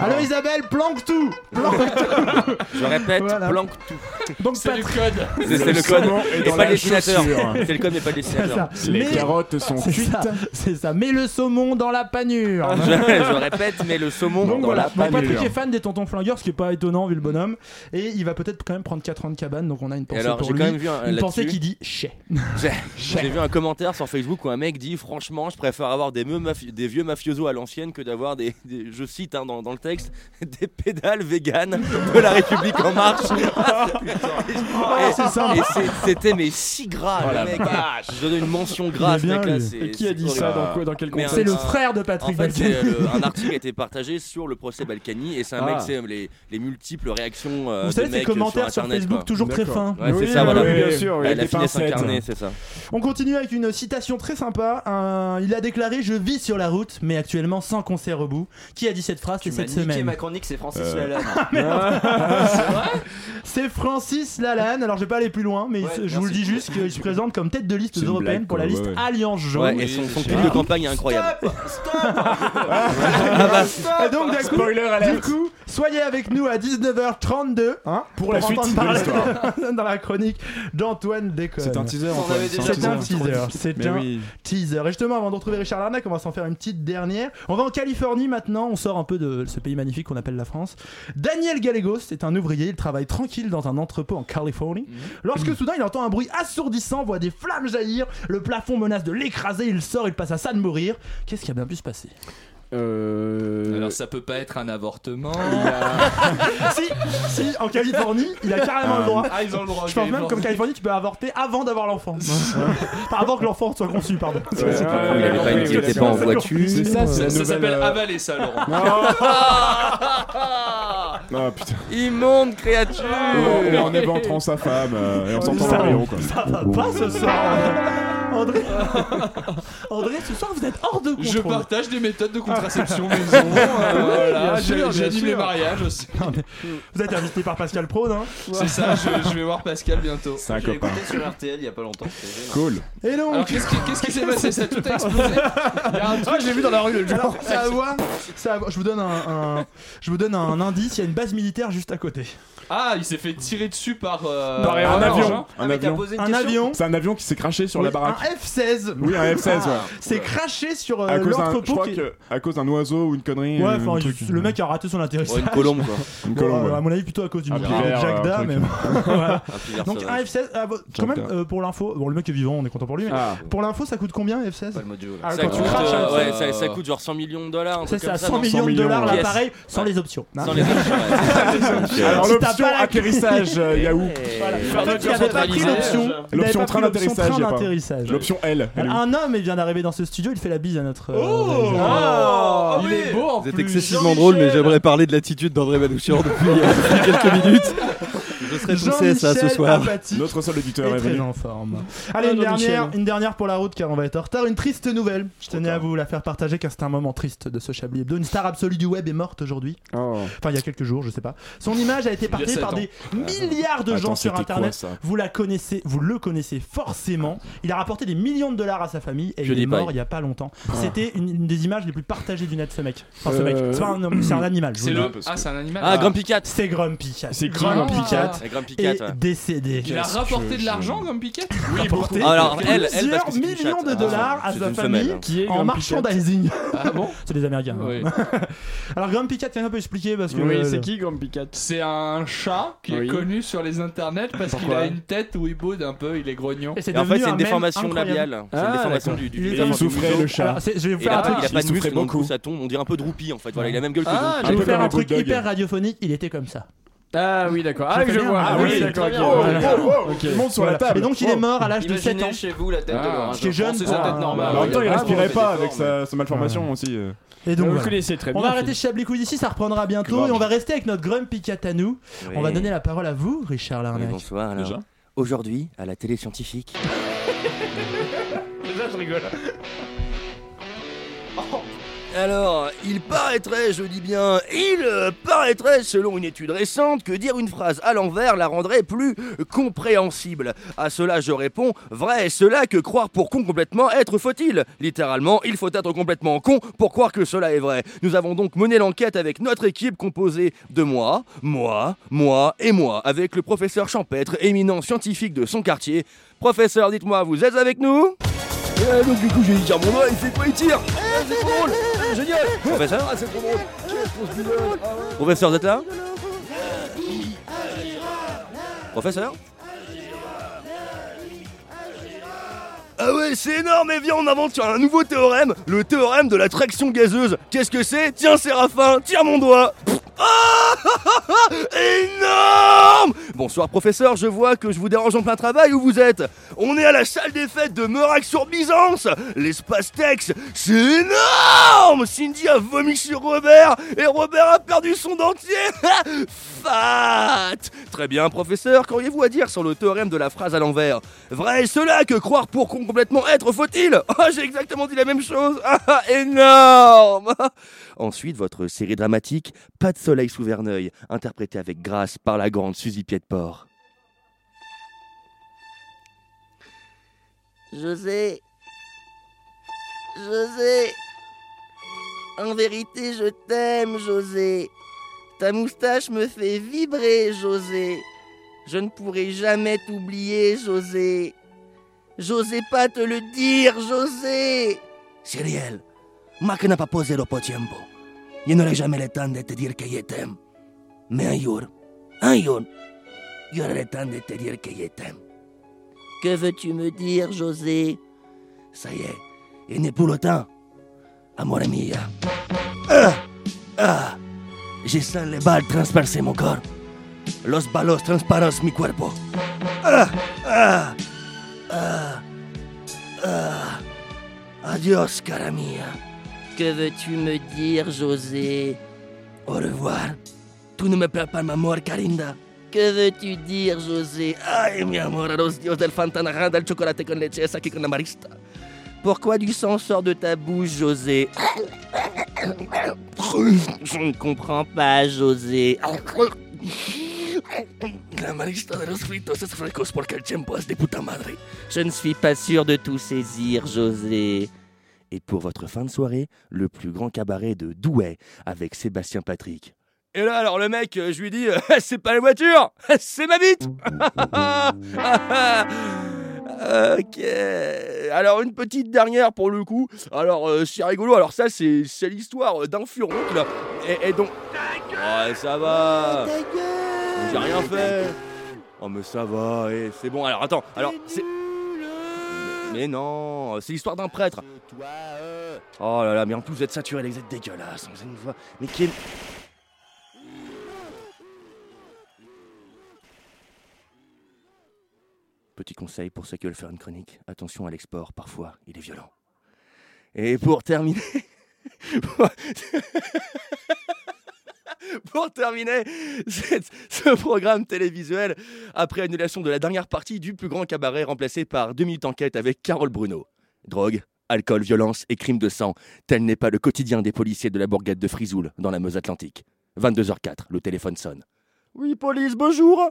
H: Allô Isabelle, planque tout, planque tout.
I: Je répète, planque
H: tout. Donc
J: C'est le
H: Patrick-
J: code.
I: C'est c'est le code et pas le dessinateur. C'est le code et pas le
H: C'est
I: dessinateur.
H: ça. Mais- c'est ça, C'est ça. Mets le saumon dans la panure.
I: Je, je répète, mais le saumon
H: Ah. Donc
I: dans
H: voilà,
I: la
H: Donc, Patrick
I: panure.
H: est fan des tontons flingueurs, ce qui est pas étonnant vu le bonhomme. Et il va peut-être quand même prendre 4 ans de cabane, donc on a une
I: Et
H: pensée
I: alors,
H: pour
I: j'ai
H: lui.
I: quand même vu un,
H: une
I: là-dessus-
H: pensée qui dit chais.
I: J'ai j'ai vu un commentaire sur Facebook où un mec dit Franchement, je préfère avoir des, mieux mafi- des vieux mafiosos à l'ancienne que d'avoir des, des- je cite hein, dans, dans le texte, des pédales véganes de la République en marche. Et-
H: Ah, c'est sympa.
I: et c'est- c'était mais si gras,
H: Oh
I: le
H: la
I: mec.
H: vache.
I: Je donne une mention grasse,
H: Il est bien,
I: mec. Là,
H: lui.
I: c'est-
H: Et qui a
I: c'est
H: dit
I: horrible.
H: ça Dans quoi- dans quel
I: Mais
H: contexte C'est le
I: un-
H: frère de Patrick
I: en fait, c'est,
H: Balkany.
I: euh, un article a été partagé sur le procès Balkany et c'est un mec,
H: Ah.
I: c'est euh, les, les multiples réactions. euh,
H: Vous savez,
I: de
H: ces
I: mecs sur
H: commentaires sur
I: Internet,
H: Facebook
I: quoi.
H: toujours très D'accord. fins.
I: Ouais,
H: Oui,
I: c'est ça,
H: oui,
I: voilà.
H: oui, bien sûr, oui,
I: Ouais,
H: des
I: La finesse
H: pincettes.
I: incarnée, c'est ça.
H: On continue avec une citation très sympa. Un- Il a déclaré Je vis sur la route, mais actuellement sans concert au bout. Qui a dit cette phrase C'est
C: Tu m'as
H: cette
C: niqué
H: semaine.
C: ma chronique, c'est Francis
H: Euh.
C: Lalanne.
H: Ah, merde. C'est Francis Lalanne. Alors, je vais pas aller plus loin, mais il se- je vous le dis juste qu'il se présente comme tête de liste
I: C'est une
H: européenne
I: blague,
H: pour la
I: quoi,
H: liste
I: ouais, ouais.
H: Alliance
I: Ouais,
H: Jaune.
I: et son, son clip de campagne est incroyable.
H: Et donc, d'un coup, du coup, soyez avec nous à 19h32 hein,
A: Pour la suite
H: entendre
A: de
H: parler
A: l'histoire.
H: dans la chronique d'Antoine Déconne.
A: C'est un teaser,
H: On
A: Antoine,
H: avait
A: c'est
H: déjà
A: un
H: C'est un
A: teaser.
H: teaser. C'est
A: Mais
H: un
A: oui.
H: teaser. Et justement, avant de retrouver Richard Larnac, on va s'en faire une petite dernière. On va en Californie maintenant. On sort un peu de ce pays magnifique qu'on appelle la France. Daniel Gallegos est un ouvrier. Il travaille tranquille dans un entrepôt en Californie.
A: Mhm.
H: Lorsque soudain, il entend un bruit assourdissant, voit des flammes jaillir. Le plafond menace de l'écraser. Il sort, il passe à ça de mourir. Qu'est-ce qui a bien pu se passer
I: Euh,
J: Alors ça peut pas être un avortement.
H: si, si, en Californie, il a carrément le droit.
J: Ah, ils ont le droit,
H: Je
J: ok,
H: pense même
J: bon.
H: qu'en Californie, tu peux avorter avant d'avoir l'enfant. Enfin, avant que l'enfant soit conçu, pardon.
I: Ouais, c'est
J: Ah,
I: pas- il avait pas une- il était pas en voiture.
J: C'est ça, c'est la Ça s'appelle nouvelle, euh, avaler ça, Laurent. Ah
A: Ah putain.
I: Immonde créature
A: Ouais, mais en éventrant sa femme euh, et en s'entendant
H: Ça-
A: rien, quoi.
H: Ça va pas ce soir. André, André, ce soir vous êtes hors de contrôle.
J: Je partage des méthodes de contraception maison. euh, voilà,
H: Bien sûr,
J: j'ai-
H: bien
J: j'anime
H: sûr.
J: les mariages aussi.
H: Vous êtes invité par Pascal Pro, hein
J: C'est ça, je, je vais voir Pascal bientôt.
A: C'est un copain.
C: J'étais sur RTL il y a pas longtemps.
A: Cool.
H: Et donc
J: Alors, qu'est-ce qui- qu'est-ce qui s'est passé Ça a tout a explosé. Il y a un truc-
H: Ah, je l'ai vu dans la rue le jour. Alors, ça va, ça va. Je vous donne un, un- je vous donne un indice. Il y a une base militaire juste à côté.
J: Ah, il s'est fait tirer dessus par, euh,
L: Par
J: par
L: un
J: orange,
L: avion.
J: hein.
L: Un avion. C'est un avion qui s'est craché sur
H: Oui,
L: la baraque.
H: Un F-16.
L: Oui, un F-16, ouais.
H: C'est craché sur euh,
L: à cause d'un, je
H: l'entrepôt.
L: crois
H: qui-
L: que à cause d'un oiseau ou une connerie.
H: Ouais,
L: euh,
H: enfin,
L: un truc.
H: le mec a raté son atterrissage.
L: Ouais, une colombe, quoi. Une colombe,
H: euh,
L: ouais.
H: À mon avis, plutôt à cause d'une
L: Un
H: jack
L: pivert, un
H: Jagda,
L: truc.
H: mais voilà.
L: Un pivert
H: Donc un
L: sauvage.
H: F16, ah, bah, quand
L: Jack
H: même
L: Da.
H: euh, pour l'info, bon le mec est vivant, on est content pour lui, mais
L: Ah.
H: pour l'info, ça coûte combien F16
C: Pas le modulo.
H: Ah,
I: ça,
H: quand tu
I: coûte,
H: craches,
I: euh,
H: hein,
I: ouais,
H: ça-
I: ça, ça coûte genre 100 millions de dollars. un
H: Ça,
I: truc
H: c'est à
I: comme
H: 100
I: non
H: millions de dollars
I: ouais.
H: l'appareil,
I: Yes.
H: sans les options.
I: Sans les options, ouais.
L: Alors
H: Si t'as
L: l'option
H: pas la-
L: atterrissage euh, Yahoo.
H: Voilà. Peut-être qu'il avait pas pris l'option. Il avait
L: L'option
H: pas
L: train
H: pris l'option
L: d'atterrissage.
H: train
L: y a pas.
H: d'atterrissage.
L: L'option L. elle est où
H: Alors, Un homme il vient d'arriver dans ce studio, il fait la bise à notre. euh,
L: Oh
J: Ah,
H: il est beau en
M: Vous êtes
H: plus.
M: excessivement drôle, mais j'aimerais parler de l'attitude d'André Manouchian depuis euh, quelques minutes. Je serais poussé à ça ce
H: Jean-Michel
M: soir.
H: Apathy
L: Notre seul auditeur
H: est
L: est
H: très
L: venu.
H: en forme. Allez,
L: Ah,
H: une
L: non,
H: dernière,
L: Michel.
H: une dernière pour la route car on va être en retard. Une triste nouvelle. Je tenais à vous la faire partager car c'était un moment triste de ce Chablis Hebdo. Une star absolue du web est morte aujourd'hui. Enfin, il y a quelques jours, je sais pas. Son image a été partagée
L: ça,
H: par
L: attends.
H: des milliards de gens
L: Attends,
H: sur
L: c'était
H: internet.
L: quoi, ça
H: vous la connaissez, vous le connaissez forcément. Il a rapporté des millions de dollars à sa famille et il est
L: PewDiePie.
H: mort il y a pas longtemps.
L: Ah.
H: C'était une, une des images les plus partagées du net, ce mec. Enfin, ce mec.
L: Euh,
H: C'est pas un homme, c'est un animal. je
J: C'est
H: vous
J: le-
H: dis.
J: ah, c'est un animal.
I: Ah, Grumpy
H: Cat. C'est Grumpy Cat.
I: C'est
H: Grumpy
I: Grumpy
H: Cat.
I: Cat. Et Grumpy
H: est
I: Cat, ouais.
H: décédé.
J: Il a rapporté de l'argent comme Piquette
H: Il a porté
I: Alors, elle, elle, parce
H: plusieurs
I: que c'est une
H: millions
I: chatte.
H: de
I: Ah,
H: dollars à
I: c'est
H: sa
I: une femelle,
H: famille
I: hein. Qui est
H: en
I: Grumpy
H: merchandising.
J: Ah bon
H: C'est les Américains. hein.
J: Oui.
H: Alors Grumpy Cat, quelqu'un peut expliquer parce que euh,
J: Grumpy Cat C'est un chat qui
H: Oui.
J: est connu sur les internets parce qu'il
H: Pourquoi
J: a une tête où il boude un peu, il est grognon.
H: Et c'est
I: Et en fait,
H: devenu
I: c'est
H: un
I: une
H: mème
I: déformation
H: incroyable.
I: labiale. C'est
H: Ah,
I: une déformation
H: d'accord.
I: du, du,
H: Il
I: du
H: est- il
I: déformation du Ah,
H: souffrait,
I: museau.
H: le chat. Alors, c'est- je vais vous
I: Et
H: faire
I: il a
H: un
I: pas-
H: truc.
I: Il a pas
H: Il
I: de
H: souffrait
I: muscle, donc du
H: beaucoup.
I: coup, ça tombe. On dirait un peu droupie en fait. Voilà, il a la même gueule que
H: Ah,
I: Droopy.
H: je vais faire un truc hyper radiophonique. Il était comme ça.
E: Ah oui, d'accord.
H: Je
E: Ah
H: fais
E: oui, je
H: bien.
E: vois.
H: Ah oui,
E: oui,
H: d'accord,
E: d'accord.
H: ok. Oh,
E: Voilà.
H: oh, oh,
E: Ok.
H: il monte sur la
E: Voilà.
H: table. Et donc, il est mort à l'âge de
C: Imaginez
H: 7 ans.
C: chez vous la tête de
H: Ah,
L: hein,
C: Laurent.
H: ce qui est jeune,
C: C'est
H: pour
C: sa
H: un-
C: tête normale.
L: En même temps, il
C: Ah, bon,
L: respirait
C: c'est
L: pas
C: des
L: avec
C: formes.
L: sa, sa malformation aussi. euh.
H: Et donc,
L: Vous
H: voilà.
L: connaissez très
H: on
L: bien,
H: va arrêter
L: Philippe.
H: Chablis Quiz ici, ça reprendra bientôt
I: Grave.
H: et on va rester avec notre Grumpy Cat à nous.
I: Oui.
H: On va donner la parole à vous, Richard
I: Oui,
H: Larnac.
I: bonsoir. alors. Aujourd'hui, à la télé scientifique.
J: Déjà, je rigole.
I: Oh, Alors, il paraîtrait, je dis bien, il euh, paraîtrait, selon une étude récente, que dire une phrase à l'envers la rendrait plus compréhensible. À cela, je réponds, vrai est cela que croire pour con complètement être faut-il. Littéralement, il faut être complètement con pour croire que cela est vrai. Nous avons donc mené l'enquête avec notre équipe composée de moi, moi, moi et moi, avec le professeur Champêtre, éminent scientifique de son quartier. Professeur, dites-moi, vous êtes avec nous Euh, donc, du coup, j'ai dit, tiens, bon, bah, il fait quoi, il tire Eh, c'est trop drôle Eh, Génial Professeur Ah, c'est trop drôle Qu'est-ce qu'on se bidonne Ah, ouais. Professeur, vous êtes là Professeur Ah ouais, c'est énorme, et viens, on invente sur un nouveau théorème, le théorème de la traction gazeuse. Qu'est-ce que c'est Tiens, Séraphin, tire mon doigt Pff, ah, Énorme Bonsoir, professeur, je vois que je vous dérange en plein travail, où vous êtes On est à la salle des fêtes de Meurac-sur-Byzance L'espace Tex, c'est énorme Cindy a vomi sur Robert, et Robert a perdu son dentier Fat Très bien, professeur, qu'auriez-vous à dire sur le théorème de la phrase à l'envers Vrai est cela que croire pour con- complètement être faut-il Oh, j'ai exactement dit la même chose Ah, ah, Énorme Ensuite, votre série dramatique Pas de soleil sous Verneuil, interprétée avec grâce par la grande Suzy Pied-de-Port.
N: José. José. En vérité, je t'aime, José. Ta moustache me fait vibrer, José. Je ne pourrai jamais t'oublier, José. J'osais pas te le dire, José.
O: Cyril, máquina para poser au tiempo. Je n'aurai jamais le temps de te dire que je t'aime. Mais un jour, un jour, j'aurai le temps de te dire que je t'aime.
N: Que veux-tu me dire, José
O: Ça y est, il n'est plus le temps. Amor mia. Ah, je sens les balles transpercer mon corps. Los balos transparencent mi cuerpo. Ah, ah, ah, ah. Adios, cara mia.
N: Que veux-tu me dire, José
O: Au revoir. Tu ne me perds pas ma mort, Carinda.
N: Que veux-tu dire, José
O: Ay, mi amor, a los dios del Fantanarán, del chocolate con leche, esa que con la marista.
N: Pourquoi du sang sort de ta bouche, José Je ne comprends pas, José.
O: La marista de los fritos es frescos porque el tiempo es de puta madre.
N: Je ne suis pas sûr de tout saisir, José.
I: Et pour votre fin de soirée, le plus grand cabaret de Douai avec Sébastien Patrick. Et là, alors le mec, euh, je lui dis, euh, c'est pas la voiture, c'est ma bite Ok. Alors une petite dernière pour le coup. Alors euh, c'est rigolo. Alors ça c'est c'est l'histoire d'un furoncle. Et, et donc. Ouais ça va. J'ai rien fait. Oh mais ça va. eh, c'est bon. Alors attends. Alors c'est. Mais non, c'est l'histoire d'un prêtre. Oh là là, mais en plus vous êtes saturés, les- vous êtes dégueulasses. Vous êtes une voix- Mais qui est- Petit conseil pour ceux qui veulent faire une chronique, attention à l'export, parfois il est violent. Et pour terminer. pour terminer cette- ce programme télévisuel, après annulation de la dernière partie du plus grand cabaret remplacé par 2 minutes enquête avec Carole Bruno. Drogue, alcool, violence et crimes de sang, tel n'est pas le quotidien des policiers de la bourgade de Frisoul dans la Meuse Atlantique. 22h04, le téléphone sonne. Oui, police, bonjour.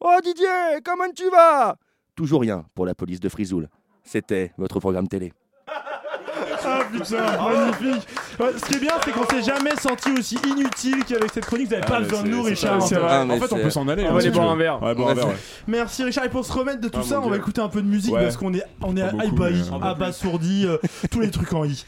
I: Oh Didier, comment tu vas Toujours rien pour la police de Frisoul. C'était votre programme télé.
H: Ah putain, magnifique. Euh, Ce qui est bien, c'est qu'on s'est jamais senti aussi inutile qu'avec cette chronique. Vous n'avez
L: Ah,
H: pas
L: mais
H: besoin de
L: c'est-
H: nous,
L: c'est
H: Richard. hein.
L: vrai, c'est vrai. Ah, mais En fait, on c'est- peut s'en aller,
H: On
L: hein,
H: va
L: si
H: aller
L: tu
H: boire
L: veux.
H: un verre.
L: Ouais, boire un verre, ouais.
H: bah, Merci Richard. Et pour se remettre de tout
L: Ah,
H: ça,
L: mon
H: on va
L: Dieu.
H: écouter un peu de musique
L: Ouais.
H: parce qu'on est, on est
L: Pas beaucoup,
H: ébahis,
L: mais, euh,
H: abasourdi, euh, tous les trucs en i.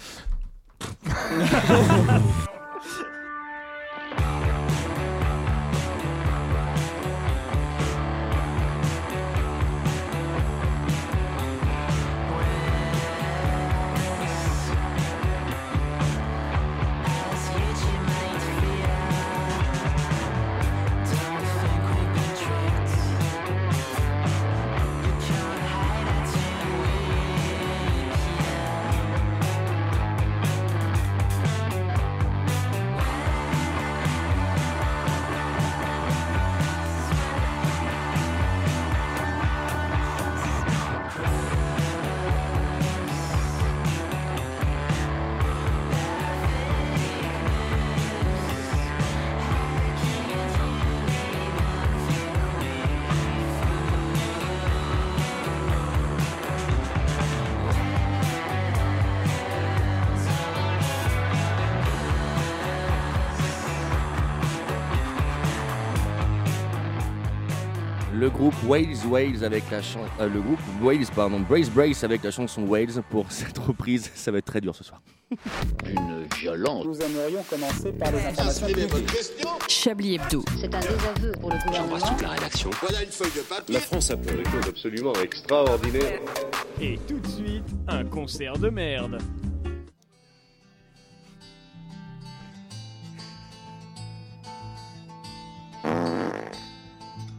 I: Le groupe Wales Wales avec la chanson. le groupe Wales, pardon, Brace Brace avec la chanson Wales pour cette reprise. Ça va être très dur ce soir.
B: Une violence.
F: Nous aimerions commencer par
H: Ah,
F: les informations
G: Chablis Hebdo.
F: C'est un désaveu pour le gouvernement.
B: La rédaction.
F: Voilà une feuille de
B: La France a fait des choses absolument extraordinaires.
E: Et tout de suite, un concert de merde.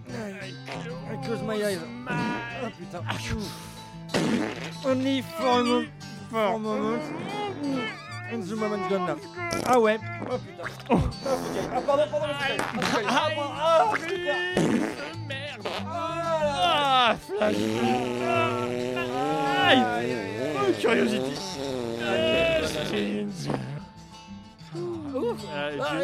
O: I close my eyes. Oh putain. Only for a moment. For a moment. And the moment gone now. Ah ouais. Oh putain. Oh, putain. Ah pardon, pardon. excusez. Ah, pardon. Ah, putain. Ah, flash. Ah, aïe. Oh, Ah, Curiosity.
H: Euh, Ah,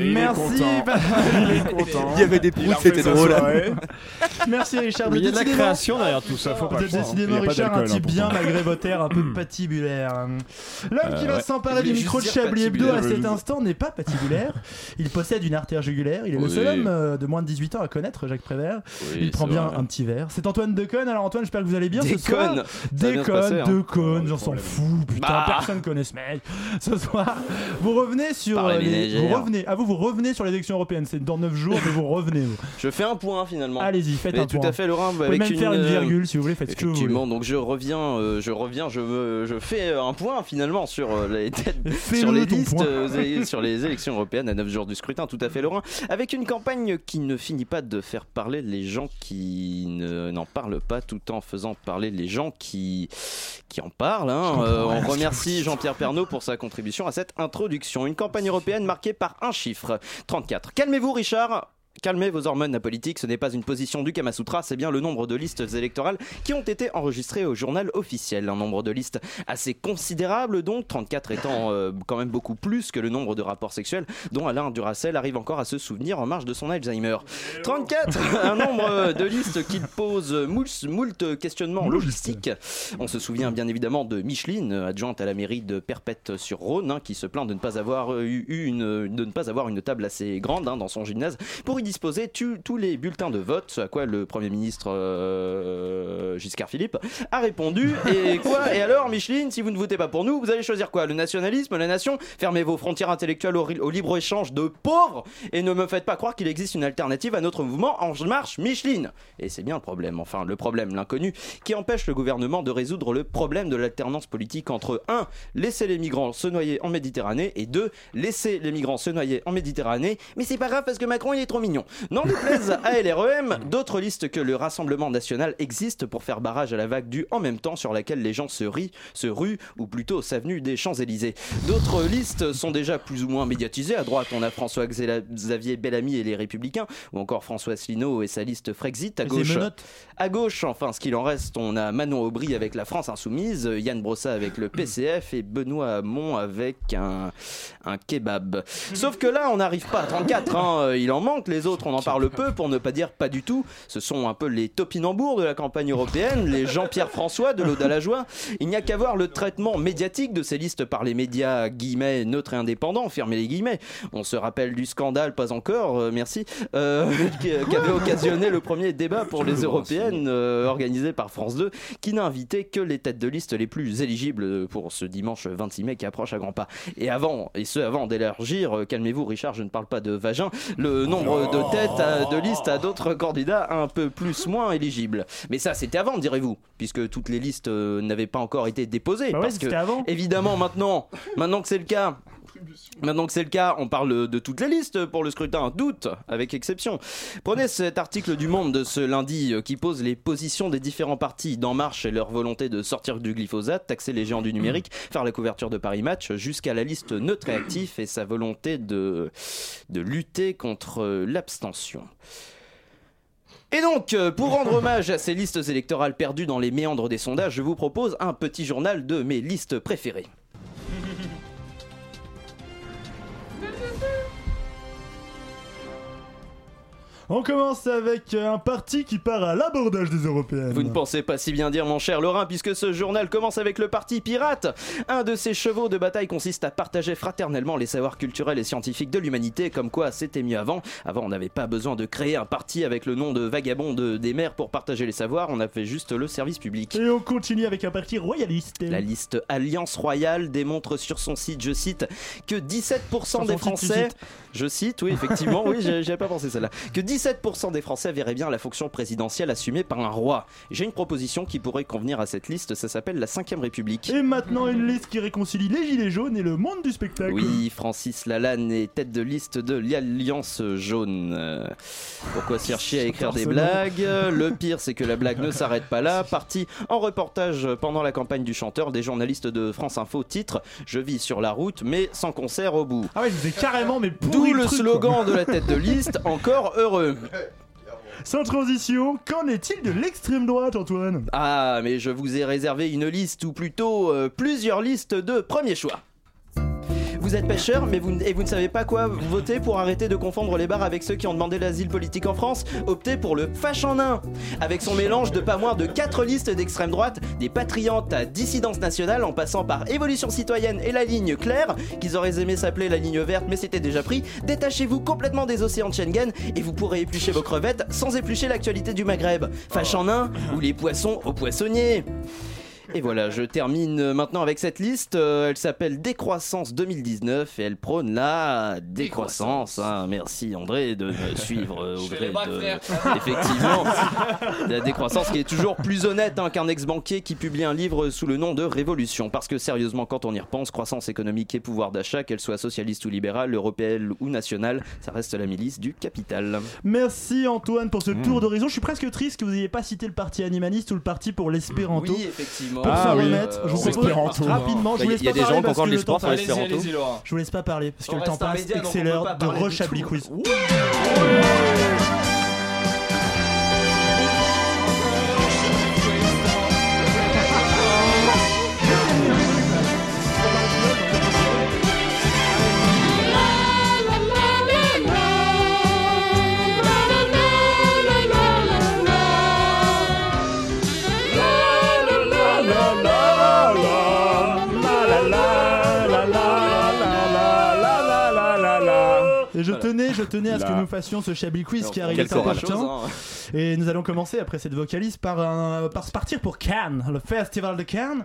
H: il est Merci, content. bah- Il est content.
I: Il y avait des
H: Il a
I: proutes,
H: refait
I: c'était
H: sa
I: drôle.
H: soirée. Merci Richard.
E: Mais il y a de la
H: Décidément-
E: création derrière tout ça, faut pas le croire, hein. Il y
H: Décidément,
E: a pas
H: Richard, un
E: d'alcool,
H: type
E: hein,
H: bien
E: pourtant. Hmm.
H: malgré votre air un peu patibulaire. L'homme
E: Euh,
H: qui va
E: ouais.
H: s'emparer
E: Je
H: du
E: voulais
H: micro de
E: juste dire
H: Chablis Hebdo à
E: patibulaire,
H: cet
E: je-
H: instant n'est pas patibulaire. Il possède une artère jugulaire. Il est le
E: Oui.
H: seul homme euh, de moins de 18 ans à connaître Jacques Prévert.
E: Oui,
H: Il prend
E: c'est
H: bien
E: vrai.
H: un petit verre. C'est Antoine Deconne. Alors, Antoine, j'espère que vous allez bien ce soir.
E: Déconne. Ça va bien se passer,
H: Déconne,
E: hein.
H: Deconne, j'en s'en fous. Putain,
E: Bah.
H: personne connaît ce mec. Ce soir, vous revenez sur
C: Par la
H: les.
C: ménagère.
H: Vous revenez. À vous, vous revenez sur les élections européennes. C'est dans 9 jours, mais vous revenez. vous.
C: Je fais un point finalement.
H: Allez-y, faites
C: Mais
H: un
C: tout
H: point.
C: à fait, Laurent.
H: Vous pouvez
C: avec
H: même faire une
C: euh,
H: virgule, si vous voulez, faites ce que vous voulez.
C: Effectivement, donc je reviens, euh, je reviens, je me, je fais euh, un point finalement sur euh, les têtes-
H: Fais-le,
C: sur les
H: ton
C: listes,
H: point.
C: euh, et sur les élections européennes à 9 jours du scrutin, tout à fait, Laurent. Avec une campagne qui ne finit pas de faire parler les gens qui ne- n'en parlent pas, tout en faisant parler les gens qui qui en parlent. hein. Euh, on remercie Jean-Pierre Pernaud pour sa contribution à cette introduction. Une campagne européenne marquée par un chiffre, 34. Calmez-vous, Richard. calmez vos hormones, la politique, ce n'est pas une position du Kama Sutra, c'est bien le nombre de listes électorales qui ont été enregistrées au journal officiel. Un nombre de listes assez considérable, donc 34 étant euh, quand même beaucoup plus que le nombre de rapports sexuels dont Alain Duracel arrive encore à se souvenir en marge de son Alzheimer. 34 Un nombre euh, de listes qui pose moult, moult questionnements logistiques. On se souvient bien évidemment de Micheline, adjointe à la mairie de Perpète-sur-Rhône, hein, qui se plaint de ne pas avoir eu eu une, de ne pas avoir une table assez grande hein, dans son gymnase pour y disposer tu- tous les bulletins de vote, ce à quoi le Premier ministre euh, Giscard Philippe a répondu. Et quoi Et alors, Micheline, si vous ne votez pas pour nous, vous allez choisir quoi Le nationalisme, la nation Fermez vos frontières intellectuelles au, ri- au libre-échange de pauvres et ne me faites pas croire qu'il existe une alternative à notre mouvement En Marche Micheline Et c'est bien le problème, enfin le problème, l'inconnu, qui empêche le gouvernement de résoudre le problème de l'alternance politique entre 1. Laisser les migrants se noyer en Méditerranée et 2. Laisser les migrants se noyer en Méditerranée, mais c'est pas grave parce que Macron il est trop mignon. N'en déplaise à LREM, d'autres listes que le Rassemblement National existent pour faire barrage à la vague du en même temps sur laquelle les gens se rient, se ruent ou plutôt s'avenue des Champs-Élysées. D'autres listes sont déjà plus ou moins médiatisées. À droite, on a François Xela- Xavier Bellamy et les Républicains ou encore François Asselineau et sa liste Frexit. À
H: Les
C: gauche,
H: menottes.
C: à gauche, enfin, ce qu'il en reste, on a Manon Aubry avec la France Insoumise, euh, Yann Brossa avec le PCF et Benoît Hamon avec un, un kebab. Sauf que là, on n'arrive pas à 34, hein, euh, il en manque, les autres, on en parle peu, pour ne pas dire pas du tout. Ce sont un peu les topinambours de la campagne européenne, les Jean-Pierre François de l'Aude à la joie. Il n'y a qu'à voir le traitement médiatique de ces listes par les médias guillemets neutres et indépendants, fermez les guillemets. On se rappelle du scandale, pas encore, euh, merci, euh, qu'avait occasionné le premier débat pour les européennes euh, organisé par France 2, qui n'a invité que les têtes de liste les plus éligibles pour ce dimanche 26 mai qui approche à grands pas. Et avant, et ce avant d'élargir, euh, calmez-vous Richard, je ne parle pas de vagin, le nombre de têtes à- de liste à d'autres candidats un peu plus moins éligibles. Mais ça, c'était avant, direz-vous, puisque toutes les listes euh, n'avaient pas encore été déposées.
H: Bah ouais,
C: parce que,
H: c'était avant.
C: évidemment, maintenant, maintenant que c'est le cas, Maintenant que c'est le cas, on parle de toutes les listes pour le scrutin, doute, avec exception. Prenez cet article du Monde de ce lundi euh, qui pose les positions des différents partis d'En Marche et leur volonté de sortir du glyphosate, taxer les géants du numérique, faire la couverture de Paris Match, jusqu'à la liste neutre et actif et sa volonté de, de lutter contre euh, l'abstention. Et donc, euh, pour rendre hommage à ces listes électorales perdues dans les méandres des sondages, je vous propose un petit journal de mes listes préférées.
H: On commence avec euh, un parti qui part à l'abordage des Européennes.
C: Vous ne pensez pas si bien dire, mon cher Laurent, puisque ce journal commence avec le Parti Pirate. Un de ses chevaux de bataille consiste à partager fraternellement les savoirs culturels et scientifiques de l'humanité, comme quoi c'était mieux avant. Avant, on n'avait pas besoin de créer un parti avec le nom de vagabond de- des mers pour partager les savoirs, on a fait juste le service public.
H: Et on continue avec un parti royaliste.
C: La liste Alliance Royale démontre sur son site, je cite, que 17% des
H: Sur son site, tu
C: Français,
H: cites.
C: je cite, oui, effectivement, oui, j'ai- j'avais pas pensé celle-là, que 17% des Français verraient bien la fonction présidentielle assumée par un roi. J'ai une proposition qui pourrait convenir à cette liste, ça s'appelle la 5ème République.
H: Et maintenant une liste qui réconcilie les gilets jaunes et le monde du spectacle.
C: Oui, Francis Lalanne est tête de liste de l'Alliance jaune. Euh, Pourquoi se chercher à écrire des
H: Forcément.
C: blagues Le pire, c'est que la blague ne s'arrête pas là. Parti en reportage pendant la campagne du chanteur, des journalistes de France Info titre Je vis sur la route, mais sans concert au bout.
H: Ah ouais, je vous ai carrément mais
C: D'où
H: pourri
C: le
H: truc,
C: slogan
H: quoi.
C: de la tête de liste Encore heureux.
H: Sans transition, qu'en est-il de l'extrême droite, Antoine
C: Ah, mais je vous ai réservé une liste, ou plutôt euh, plusieurs listes de premier choix. Vous êtes pêcheur, mais vous, ne- et vous ne savez pas quoi voter pour arrêter de confondre les bars avec ceux qui ont demandé l'asile politique en France Optez pour le Fachanin, avec son mélange de pas moins de 4 listes d'extrême droite, des patriotes à dissidence nationale en passant par évolution citoyenne et la ligne claire, qu'ils auraient aimé s'appeler la ligne verte mais c'était déjà pris. Détachez-vous complètement des océans de Schengen et vous pourrez éplucher vos crevettes sans éplucher l'actualité du Maghreb. Fachanin ou les poissons aux poissonniers. Et voilà, je termine maintenant avec cette liste. Euh, elle s'appelle Décroissance 2019 et elle prône la décroissance. hein. Merci André de me suivre euh, au
P: fais
C: gré
P: les bras,
C: de-
P: frère.
C: Effectivement, la décroissance qui est toujours plus honnête hein, qu'un ex-banquier qui publie un livre sous le nom de Révolution. Parce que sérieusement, quand on y repense, croissance économique et pouvoir d'achat, qu'elle soit socialiste ou libérale, européenne ou nationale, ça reste la milice du capital.
H: Merci
C: Hmm.
H: Antoine pour ce tour d'horizon. Je suis presque triste que vous n'ayez pas cité le parti animaliste ou le parti pour l'espéranto.
C: Ah Oui, effectivement.
H: Pour s'en remettre, je vous propose rapidement, je vous laisse pas parler parce que le temps passe. Je vous laisse pas parler parce que le temps passe et que c'est l'heure de Rechablis Quiz. Et je tenais, je tenais à ce que
A: Là.
H: nous fassions ce Chablis Quiz
A: Alors,
H: qui
A: on
H: arrive est
A: calquera
H: important.
A: chose,
C: hein.
H: Et nous allons commencer après cette vocalise par, un, par partir pour Cannes, le festival de Cannes.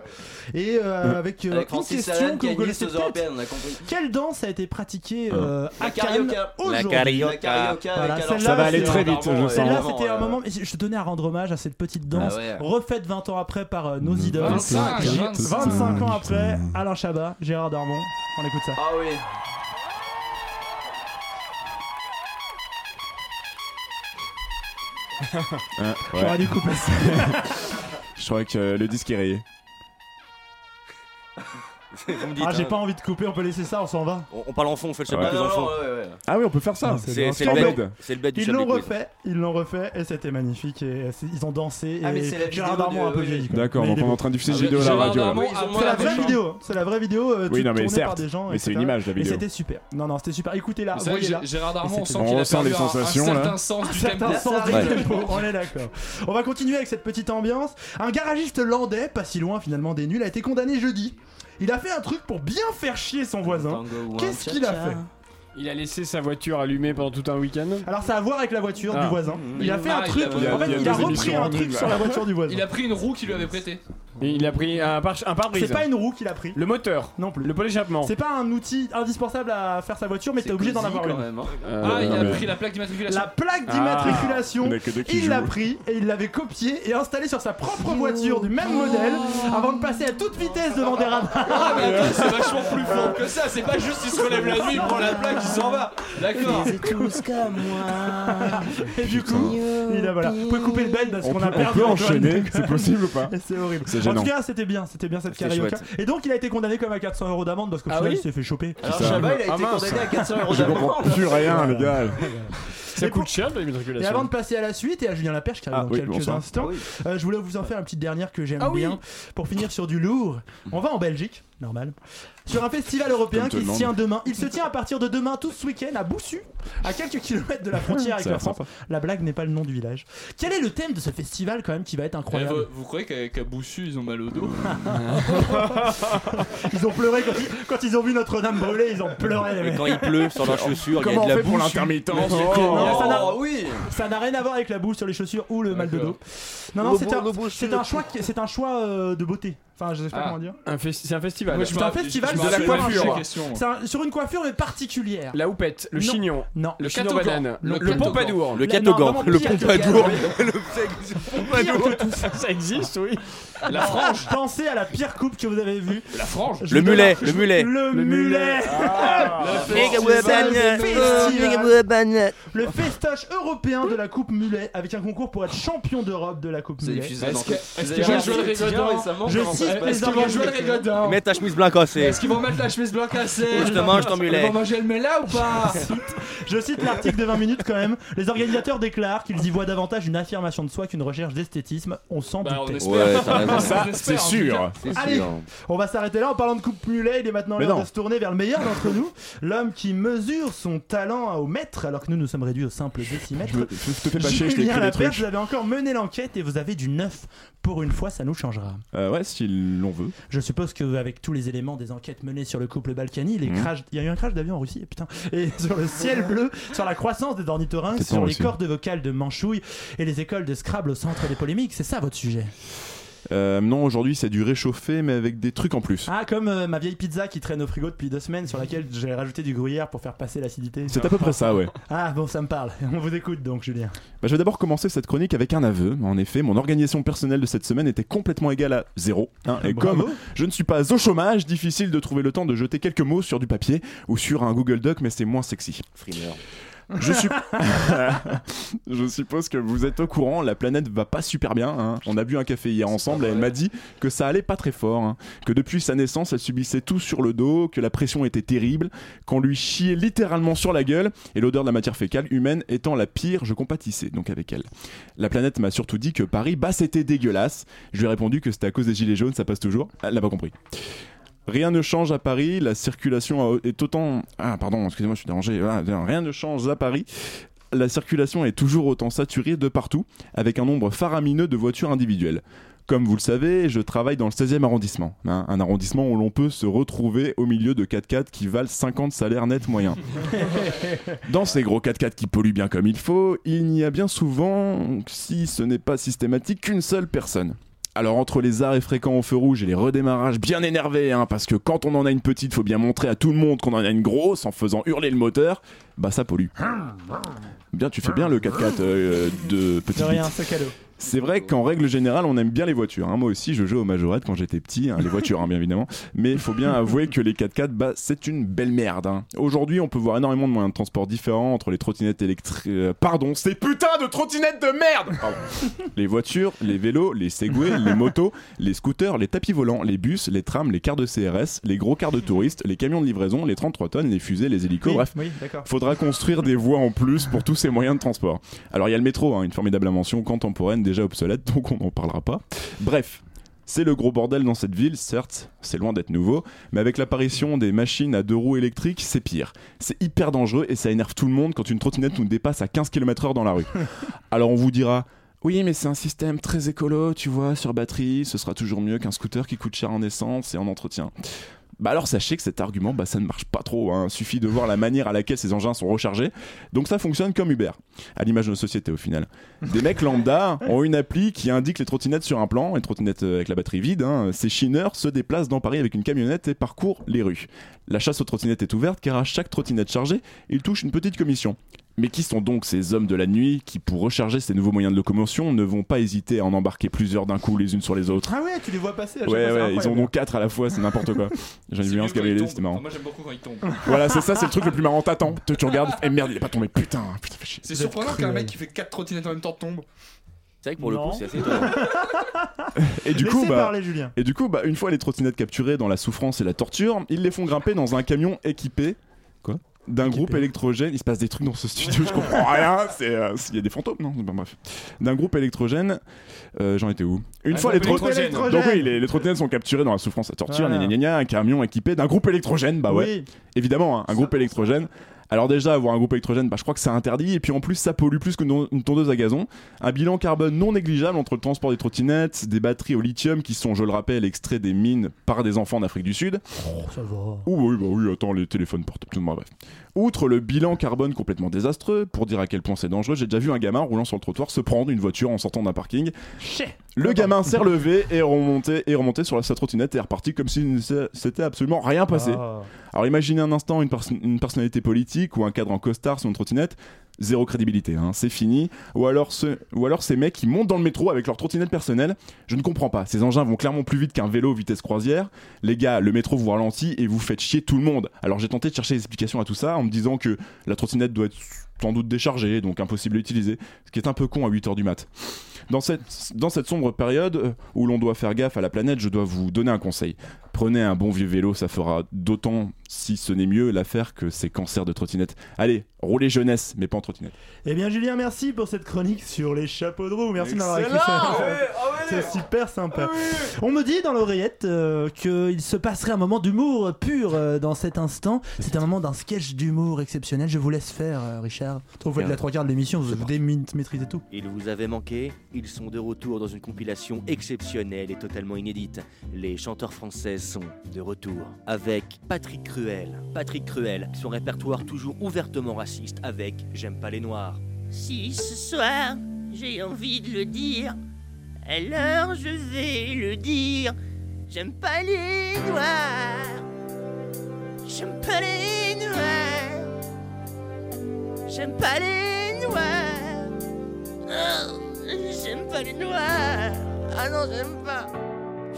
H: Et euh,
C: Euh,
H: avec, euh,
C: avec
H: une
C: Francis
H: question
C: Lalanne qui a
H: que vous
C: gagné
H: connaissez
C: aux
H: peut-être.
C: Européennes, on a compris.
H: Quelle danse a été pratiquée euh,
C: Mmh. La
H: à Cannes
C: carioca. La
H: aujourd'hui
C: carioca. La carioca avec alors-
H: celle-là,
C: Ça va aller
H: c'est-
C: très vite, je sens.
H: Celle-là,
C: Vraiment,
H: c'était un
C: euh,
H: moment. Je je tenais à rendre hommage à cette petite danse
C: Ah ouais.
H: refaite 20 ans après par euh,
C: Mmh.
H: nos idoles.
C: 25,
H: J'ai-
C: 25,
H: 25 ans après, Alain Chabat, Gérard Darmon. On écoute ça.
C: Ah oui.
H: J'aurais dû couper ça.
L: Ah, Je crois que euh, le disque est rayé.
I: Vous me dites,
H: Ah, j'ai
I: hein.
H: pas envie de couper, on peut laisser ça, on s'en va.
I: On, on parle en fond, on fait le chablis
L: Ouais.
I: des
L: Non,
I: enfants.
L: Ah oui, on peut faire ça.
I: C'est c'est le
L: Splendide.
I: bed. C'est le bed du
H: Ils
I: Chablis
H: l'ont
I: Quiz.
H: refait, ils l'ont refait et c'était magnifique et c'est- ils ont dansé et
C: Ah, mais c'est la
H: Gérard
C: vidéo
H: Darmon
C: de-
H: un peu
C: oui,
H: vieilli. quoi.
L: D'accord,
H: Mais
L: donc
H: il est
L: on est en
H: beau.
L: train de
J: Ah,
L: diffuser vidéo à la radio. là.
H: C'est la vraie vidéo, hein. c'est la vraie vidéo
L: Oui, non,
H: euh, tu-
L: mais
H: tournée par
L: certes,
H: des gens.
L: mais c'est une
H: etc.
L: image, la vidéo.
H: Et c'était super. Non, non, c'était super. Écoutez-la,
J: C'est vrai que
H: voyez-la.
J: Gé- Gérard Darmon,
H: Et
J: on sent
H: c'était bon.
J: qu'il a
L: sent
J: perdu
L: les
J: un-
L: sensations,
J: un
L: là.
J: certain sens
H: Un
J: du
H: certain
J: tempo.
H: sens du
J: Ouais.
H: tempo, on est d'accord. On va continuer avec cette petite ambiance. Un garagiste landais, pas si loin finalement des nuls, a été condamné jeudi. Il a fait un truc pour bien faire chier son voisin. Qu'est-ce qu'il a fait
E: Il a laissé sa voiture allumée pendant tout un week-end
H: Alors ça a à voir avec la voiture du
E: Ah.
H: voisin.
J: Mmh. Mm.
H: Il a fait un
E: Ah, il
H: truc.
E: a-
H: en fait,
E: il y a
H: il a
E: deux
H: repris
E: émissions en
H: un truc
E: ligne,
H: sur
E: là.
H: la voiture du voisin.
J: Il a pris une roue qu'il lui avait prêtée.
E: Il a pris un, par un pare-brise.
H: C'est pas une roue qu'il a pris.
E: Le moteur.
H: Non plus.
E: Le pot d'échappement.
H: C'est pas un outil indispensable à faire sa voiture, mais t'es obligé d'en
E: cosy
H: avoir
E: quand
H: une.
E: même, hein.
J: Ah, il
E: non,
J: a
E: mais-
J: pris la plaque d'immatriculation.
H: La plaque
E: Ah.
H: d'immatriculation,
E: Il y en a que deux qui
H: il l'a
E: jouent.
H: pris et il l'avait copiée et installée sur sa propre voiture du même modèle avant de passer à toute vitesse devant des radars.
J: Ah, mais attends, c'est vachement plus fort que ça. C'est pas juste il se relève la nuit, il prend la plaque, il s'en va. D'accord. Eh,
H: tous comme moi. Et du coup, il a voilà. Vous pouvez couper le bed parce
L: On
H: qu'on
L: peut-
H: a
L: on
H: perdu.
L: peut
H: Antoine.
L: enchaîner, c'est possible ou pas
H: Et C'est horrible.
L: C'est
H: En
L: gênant.
H: tout cas, c'était bien, c'était bien cette
L: C'est
H: carioca.
L: chouette.
H: Et donc, il a été condamné comme à 400 euros d'amende parce qu'au
E: Ah
H: final,
E: oui
H: il s'est fait choper.
E: Alors, Qui ça Chabat, il a été Ah, mince. condamné à 400 euros Je comprends d'amende. plus rien, le
J: Ah.
E: gars. Ça coûte cher de
H: Et
E: l'immatriculation.
H: avant de passer à la suite et à Julien Laperche qui arrive
E: Ah
H: dans
E: oui,
H: quelques
E: bonsoir.
H: instants, euh, je voulais vous en faire une petite dernière que j'aime
E: Ah oui.
H: bien pour finir sur du lourd. On va en Belgique, normal, sur un festival européen
L: Comme tout
H: qui
L: le
H: se
L: monde.
H: tient demain. Il se tient à partir de demain tout ce week-end à Boussu, à quelques kilomètres de la frontière avec
L: Ça a
H: la
L: l'air
H: France.
L: sympa.
H: La blague n'est pas le nom du village. Quel est le thème de ce festival quand même qui va être
J: Eh,
E: ben,
H: incroyable
J: vous, vous croyez qu'avec Boussu ils ont mal au dos
H: Ils ont pleuré quand ils, quand ils ont vu Notre-Dame brûler, ils ont pleuré. les
I: Et
H: mecs.
I: quand il pleut sur leurs chaussures, il y a
L: Comment
I: de la
L: on fait
I: boue.
L: pour l'intermittence
I: Mais c'est
L: Oh.
I: clair.
H: Non, ça n'a-
C: oui
H: Ça n'a rien à voir avec la boue sur les chaussures ou le mal de dos. Non, non,
I: Le
H: c'est
I: beau-
H: un,
I: le beau
H: c'est
I: cheveu.
H: un choix, qui- c'est un choix euh, de beauté. Enfin, je sais pas
E: Ah.
H: comment dire.
E: Un fes- c'est un festival.
J: Moi, je
H: C'est
J: me
H: un
J: rappelle-
H: festival
J: je me
H: sur
J: rappelle
H: un
J: plus
H: choix.
J: la question.
H: C'est un- sur une coiffure mais particulière.
E: La houppette, le
H: Non.
E: chignon,
H: Non.
E: le
H: Le
E: chignon
H: catogan.
E: banane,
H: Le
E: le,
H: catogan.
E: pompadour,
I: Le
H: Non,
I: catogan,
H: vraiment,
I: le
H: pire que
I: pompadour.
H: Catogan.
I: Pompadour.
E: Ça, ça existe, oui.
H: La frange. Pensez à la pire coupe que vous avez vue.
J: La frange
I: Le mulet, le mulet.
H: Le, mulet. Ah.
N: Fais-moi bagnole, oh, fais-moi bagnole.
H: Le festoche européen de la coupe mulet avec un concours pour être champion d'Europe de la coupe
C: C'est
H: mulet.
C: diffusé dans
J: Est-ce que-
C: tout-
J: est-ce
C: Vous
J: que
C: avez
J: Joël
C: regardé
J: Rigodin
C: Tiens, récemment,
H: Je
C: comment ça
H: cite
C: se passe
H: les
J: Est-ce qu'ils vont jouer le
H: organisateurs.
J: rigodin
I: Mets ta chemise blanc cassée.
J: Est-ce qu'ils vont mettre la chemise blanc cassée
I: Je te mange ton
J: Ils
I: mulet.
J: vont manger le méla ou pas
H: Je cite l'article de 20 minutes quand même. Les organisateurs déclarent qu'ils y voient davantage une affirmation de soi qu'une recherche d'esthétisme. On s'en
J: Bah on
H: doutait.
J: espère
I: Ouais, t'as raison.
J: Ça
L: C'est sûr.
H: Allez, on va s'arrêter là en parlant de coupe mulet. Il est maintenant
L: Mais
H: l'heure
L: non.
H: de se tourner vers le meilleur d'entre nous, l'homme qui mesure son talent au mètre, alors que nous nous sommes réduits au simple décimètre.
L: Je me- je te fais pas chier, je
H: Julien
L: t'écris des
H: Laperche,
L: trucs.
H: vous avez encore mené l'enquête et vous avez du neuf. Pour une fois, ça nous changera.
L: Euh, ouais, si l'on veut.
H: Je suppose que avec tous les éléments des enquêtes menées sur le couple Balkany, les
L: Mhm.
H: crashs, il y a eu un crash d'avion en Russie, putain, et sur le ciel bleu, sur la croissance des ornithorynques,
L: C'est pas en
H: sur les
L: Russie.
H: cordes vocales de Manchouille et les écoles de Scrabble au centre des polémiques. C'est ça votre sujet.
L: Euh, non, aujourd'hui, c'est du réchauffé, mais avec des trucs en plus.
H: Ah, comme euh, ma vieille pizza qui traîne au frigo depuis deux semaines, sur laquelle j'ai rajouté du gruyère pour faire passer l'acidité.
L: C'est à peu près ça, ouais.
H: Ah bon, ça me parle. On vous écoute donc, Julien.
L: Bah, je vais d'abord commencer cette chronique avec un aveu. En effet, mon organisation personnelle de cette semaine était complètement égale à zéro. hein, et
H: Bravo.
L: comme je ne suis pas au chômage, difficile de trouver le temps de jeter quelques mots sur du papier ou sur un Google Doc, mais c'est moins sexy.
I: Frimeur.
L: Je, suis... je suppose que vous êtes au courant, la planète va pas super bien. hein. On a bu un café hier ensemble et elle m'a dit que ça allait pas très fort, hein. que depuis sa naissance, elle subissait tout sur le dos, que la pression était terrible, qu'on lui chiait littéralement sur la gueule et l'odeur de la matière fécale humaine étant la pire, je compatissais donc avec elle. La planète m'a surtout dit que Paris, bah c'était dégueulasse. Je lui ai répondu que c'était à cause des gilets jaunes, ça passe toujours. Elle n'a pas compris. Rien ne change à Paris, la circulation a- est autant. Ah, pardon, excusez-moi, je suis dérangé. Voilà, Rien ne change à Paris. La circulation est toujours autant saturée de partout, avec un nombre faramineux de voitures individuelles. Comme vous le savez, je travaille dans le 16e arrondissement, hein, un arrondissement où l'on peut se retrouver au milieu de 4x4 qui valent 50 salaires nets moyens. Dans ces gros 4x4 qui polluent bien comme il faut, il n'y a bien souvent, si ce n'est pas systématique, qu'une seule personne. Alors entre les arrêts fréquents au feu rouge et les redémarrages bien énervés, hein, parce que quand on en a une petite, faut bien montrer à tout le monde qu'on en a une grosse en faisant hurler le moteur, bah ça pollue. Bien, tu fais bien le 4x4 euh, de petit.
H: De rien,
L: bit.
H: c'est cadeau.
L: C'est vrai qu'en règle générale, on aime bien les voitures. hein. Moi aussi, je jouais au Majorette quand j'étais petit, hein, les voitures, hein, bien évidemment. Mais il faut bien avouer que les 4x4, bah, c'est une belle merde. hein. Aujourd'hui, on peut voir énormément de moyens de transport différents entre les trottinettes électriques. pardon, ces putains de trottinettes de merde Pardon. Les voitures, les vélos, les segways, les motos, les scooters, les tapis volants, les bus, les trams, les cars de CRS, les gros cars de touristes, les camions de livraison, les 33 tonnes, les fusées, les hélicos.
P: Oui,
L: bref,
P: oui, d'accord.
L: faudra construire des voies en plus pour tous ces moyens de transport. Alors il y a le métro, hein, une formidable invention contemporaine déjà obsolète, donc on n'en parlera pas. Bref. C'est le gros bordel dans cette ville, certes, c'est loin d'être nouveau, mais avec l'apparition des machines à deux roues électriques, c'est pire. C'est hyper dangereux et ça énerve tout le monde quand une trottinette nous dépasse à 15 km/h dans la rue. Alors on vous dira, oui, mais c'est un système très écolo, tu vois, sur batterie, ce sera toujours mieux qu'un scooter qui coûte cher en essence et en entretien. Bah alors sachez que cet argument, bah ça ne marche pas trop. Hein. Suffit de voir la manière à laquelle ces engins sont rechargés. Donc ça fonctionne comme Uber, à l'image de nos sociétés au final. Des mecs lambda ont une appli qui indique les trottinettes sur un plan, et trottinettes euh, avec la batterie vide. hein. Ces chineurs se déplacent dans Paris avec une camionnette et parcourent les rues. La chasse aux trottinettes est ouverte car à chaque trottinette chargée, ils touchent une petite commission. Mais qui sont donc ces hommes de la nuit qui, pour recharger ces nouveaux moyens de locomotion, ne vont pas hésiter à en embarquer plusieurs d'un coup les unes sur les autres
P: Ah ouais, tu les vois passer à chaque
L: Ouais,
P: fois, c'est
L: ouais, ils en
P: incroyable.
L: ont quatre à la fois, c'est n'importe quoi. J'en ai vu un scaveller, c'était marrant.
P: Moi j'aime beaucoup quand ils tombent.
L: Voilà, c'est ça, c'est le truc le plus marrant. T'attends, tu tu regardes, et merde, il est pas tombé, putain, putain, fais chier.
P: C'est surprenant qu'un mec qui fait 4 trottinettes en même temps tombe.
I: C'est vrai que
L: pour le Non. coup, c'est
I: assez
L: Et du coup,
P: Laissez
L: bah,
P: parler, Julien.
L: et du coup, bah, une fois les trottinettes capturées dans la souffrance et la torture, ils les font grimper dans un camion équipé. Quoi d'un groupe électrogène, il se passe des trucs dans ce studio, je comprends rien, c'est, euh, il y a des fantômes, non Bon, bref. D'un groupe électrogène, euh, j'en étais où Une
P: Un
L: fois les
P: groupe
L: trottinettes.
P: électrogène.
L: Donc oui, les, les trottinettes sont capturées dans la souffrance, la torture,
P: Voilà.
L: gna gna gna, un camion équipé d'un groupe électrogène, bah ouais.
P: Oui.
L: Évidemment, hein, un groupe électrogène. Alors déjà, avoir un groupe électrogène, bah, je crois que c'est interdit. Et puis en plus, ça pollue plus que non- une tondeuse à gazon. Un bilan carbone non négligeable entre le transport des trottinettes, des batteries au lithium qui sont, je le rappelle, extraits des mines par des enfants d'Afrique du Sud.
H: Oh,
P: ça va.
L: Ou oui, bah oui, attends, les téléphones portables, tout le monde, bah, bref. Outre le bilan carbone complètement désastreux, pour dire à quel point c'est dangereux, j'ai déjà vu un gamin roulant sur le trottoir se prendre une voiture en sortant d'un parking. Le gamin s'est relevé et remonté, et remonté sur sa trottinette et est reparti comme si ne s'est- s'était absolument rien passé.
P: Ah.
L: Alors imaginez un instant une, perso- une personnalité politique ou un cadre en costard sur une trottinette, zéro crédibilité, hein, c'est fini. Ou alors, ce- ou alors ces mecs qui montent dans le métro avec leur trottinette personnelle, je ne comprends pas. Ces engins vont clairement plus vite qu'un vélo vitesse croisière. Les gars, le métro vous ralentit et vous faites chier tout le monde. Alors j'ai tenté de chercher des explications à tout ça en me disant que la trottinette doit être sans doute déchargée, donc impossible à utiliser, ce qui est un peu con à 8h du mat. Dans cette, dans cette sombre période euh, où l'on doit faire gaffe à la planète, je dois vous donner un conseil. Prenez un bon vieux vélo, ça fera d'autant, si ce n'est mieux, l'affaire que ces cancers de trottinette. Allez, roulez jeunesse, mais pas en trottinette.
P: Eh bien Julien, merci pour cette chronique sur les chapeaux de roue. Merci de m'avoir écrit
H: Excellent
P: ça.
H: Ah ouais,
P: C'est super sympa. On me dit dans l'oreillette euh, qu'il se passerait un moment d'humour pur euh, dans cet instant. C'est un moment d'un sketch d'humour exceptionnel. Je vous laisse faire, euh, Richard. Vous faites la trois quarts de l'émission, vous vous démin- maîtrisez tout.
I: Ils vous avaient manqué Ils sont de retour dans une compilation exceptionnelle et totalement inédite. Les chanteurs français sont de retour avec Patrick Cruel. Patrick Cruel, son répertoire toujours ouvertement raciste avec J'aime pas les noirs.
Q: Si ce soir j'ai envie de le dire, alors je vais le dire. J'aime pas les noirs. J'aime pas les noirs. J'aime pas les noirs. Oh, Ah, j'aime pas les noirs. Ah non, j'aime pas.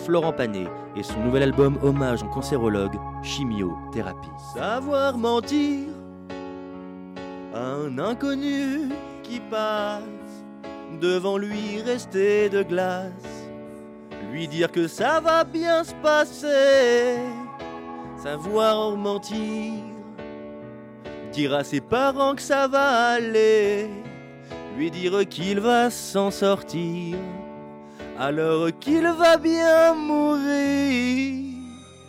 I: Florent Panet et son nouvel album hommage en cancérologue, chimiothérapie. Savoir mentir Un inconnu qui passe, devant lui rester de glace, lui dire que ça va bien se passer, savoir mentir, dire à ses parents que ça va aller, lui dire qu'il va s'en sortir, alors qu'il va bien mourir.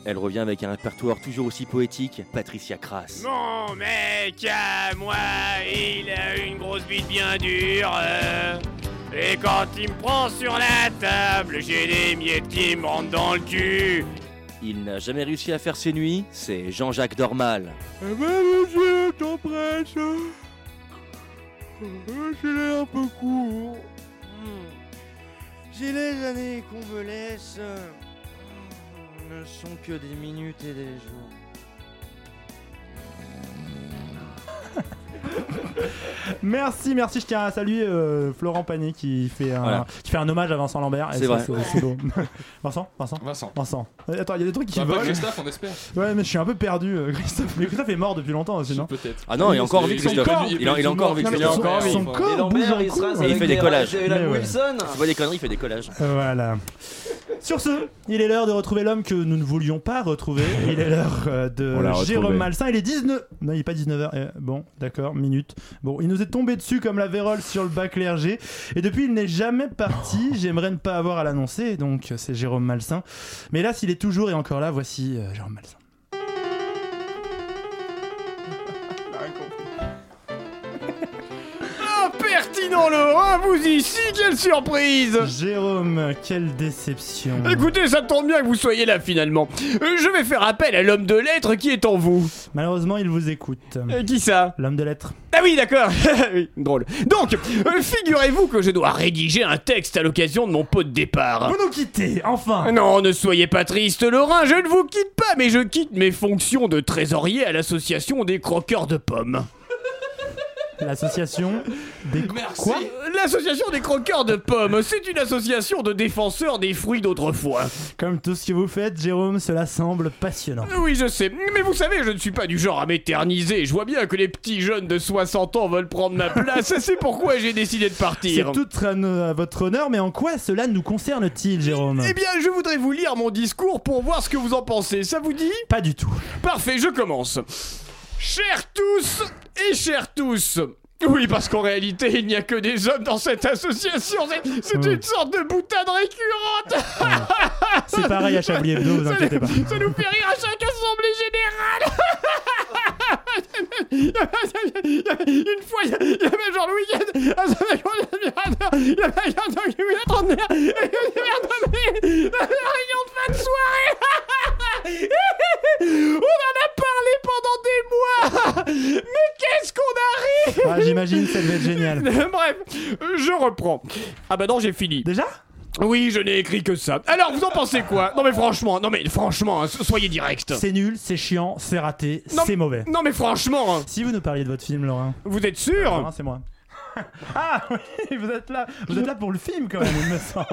I: Elle revient avec un répertoire toujours aussi poétique, Patricia Crass.
E: Mon mec à Eh, moi, il a une grosse bite bien dure. euh, et quand il me prend sur la table, j'ai des miettes qui me rentrent dans le cul.
I: Il n'a jamais réussi à faire ses nuits, c'est Jean-Jacques Dormal.
E: Eh ben, monsieur, t'en prêche. Eh J'ai l'air un peu court.
R: J'ai les années qu'on me laisse euh, ne sont que des minutes et des jours.
H: Merci, merci. Je tiens à saluer euh, Florent Pagny qui fait, un,
I: Voilà.
H: qui fait un hommage à Vincent Lambert. Et
I: C'est
H: ça,
I: vrai.
H: C'est beau. Vincent Vincent Vincent. Euh, Attends, il y a des trucs qui
I: Bah, pas
H: volent.
I: Christophe, on espère.
H: Ouais, mais je suis un peu perdu, euh, Christophe. Mais Christophe est mort depuis longtemps aussi, non
I: Peut-être. Ah non, il est encore
H: Son
I: vif, Christophe.
H: corps-
I: Il est- il est encore vif,
H: Non, mais
I: Christophe.
H: son-
I: Il est
H: Son
I: encore vif.
H: corps bouge un coup.
I: Et il fait des collages.
H: Mais ouais.
I: C'est pas des conneries, il fait des collages.
H: Voilà. Sur ce, il est l'heure de retrouver l'homme que nous ne voulions pas retrouver. Il est l'heure euh,
S: On l'a
H: de
S: retrouvé.
H: Jérôme Malsain. Il est 19. Non, il est pas 19h. bon, d'accord, minute. Bon, il nous est tombé dessus comme la vérole sur le bac clergé. Et depuis, il n'est jamais
S: Oh.
H: parti. J'aimerais ne pas avoir à l'annoncer. Donc, euh, c'est Jérôme Malsain. Mais là, s'il est toujours et encore là, voici euh, Jérôme Malsain.
A: Impertinent le hein, vous ici, quelle surprise
H: Jérôme, quelle déception.
A: Écoutez, ça tombe bien que vous soyez là finalement. Euh, je vais faire appel à l'homme de lettres qui est en vous.
H: Malheureusement, il vous écoute.
A: Euh, qui ça
H: L'homme de lettres.
A: Ah oui, d'accord. Oui, Drôle. Donc, euh, figurez-vous que je dois rédiger un texte à l'occasion de mon pot de départ.
H: Vous nous quittez, enfin
A: Ah Non, ne soyez pas triste, Laurent, je ne vous quitte pas, mais je quitte mes fonctions de trésorier à l'association des croqueurs de pommes.
H: L'association des quoi
A: L'association des croqueurs de pommes, c'est une association de défenseurs des fruits d'autrefois.
H: Comme tout ce que vous faites, Jérôme, cela semble passionnant.
A: Oui, je sais, mais vous savez, je ne suis pas du genre à m'éterniser. Je vois bien que les petits jeunes de 60 ans veulent prendre ma place, c'est pourquoi j'ai décidé de
H: C'est
A: partir.
H: tout à, no- à votre honneur, mais en quoi cela nous concerne-t-il, Jérôme
A: Eh bien, je voudrais vous lire mon discours pour voir ce que vous en pensez. Ça vous dit
H: Pas du tout.
A: Parfait, je commence. Chers tous et chers tous. Oui, parce qu'en réalité, il n'y a que des hommes dans cette association. C'est- C'est une sorte de boutade récurrente. Ah,
H: C'est pareil à Chablis Hebdo, vous inquiétez pas.
A: Ça nous fait rire à chaque assemblée générale. Une fois, il y a- il y avait Jean-Louis Yann, à sa maison d'admirateur, il y avait Jean-Louis Yann, trentenaire, et il y avait un nommé dans la réunion de fin de soirée. On en a parlé pendant des mois. Mais qu'est-ce qu'on
H: Ah,
A: arrive
H: j'imagine, ça devait être génial.
A: Bref, euh, je reprends. Ah bah non, j'ai fini.
H: Déjà
A: Oui, je n'ai écrit que ça. Alors, vous en pensez quoi Non mais franchement, non mais franchement, hein, so- soyez direct.
H: C'est nul, c'est chiant, c'est raté,
A: Non,
H: c'est mauvais.
A: Non mais franchement, hein,
H: Si vous nous parliez de votre film, Laurent.
A: vous êtes sûr
H: Laurent, c'est moi. ah oui, vous êtes là. Vous êtes là pour le film quand même, il me semble.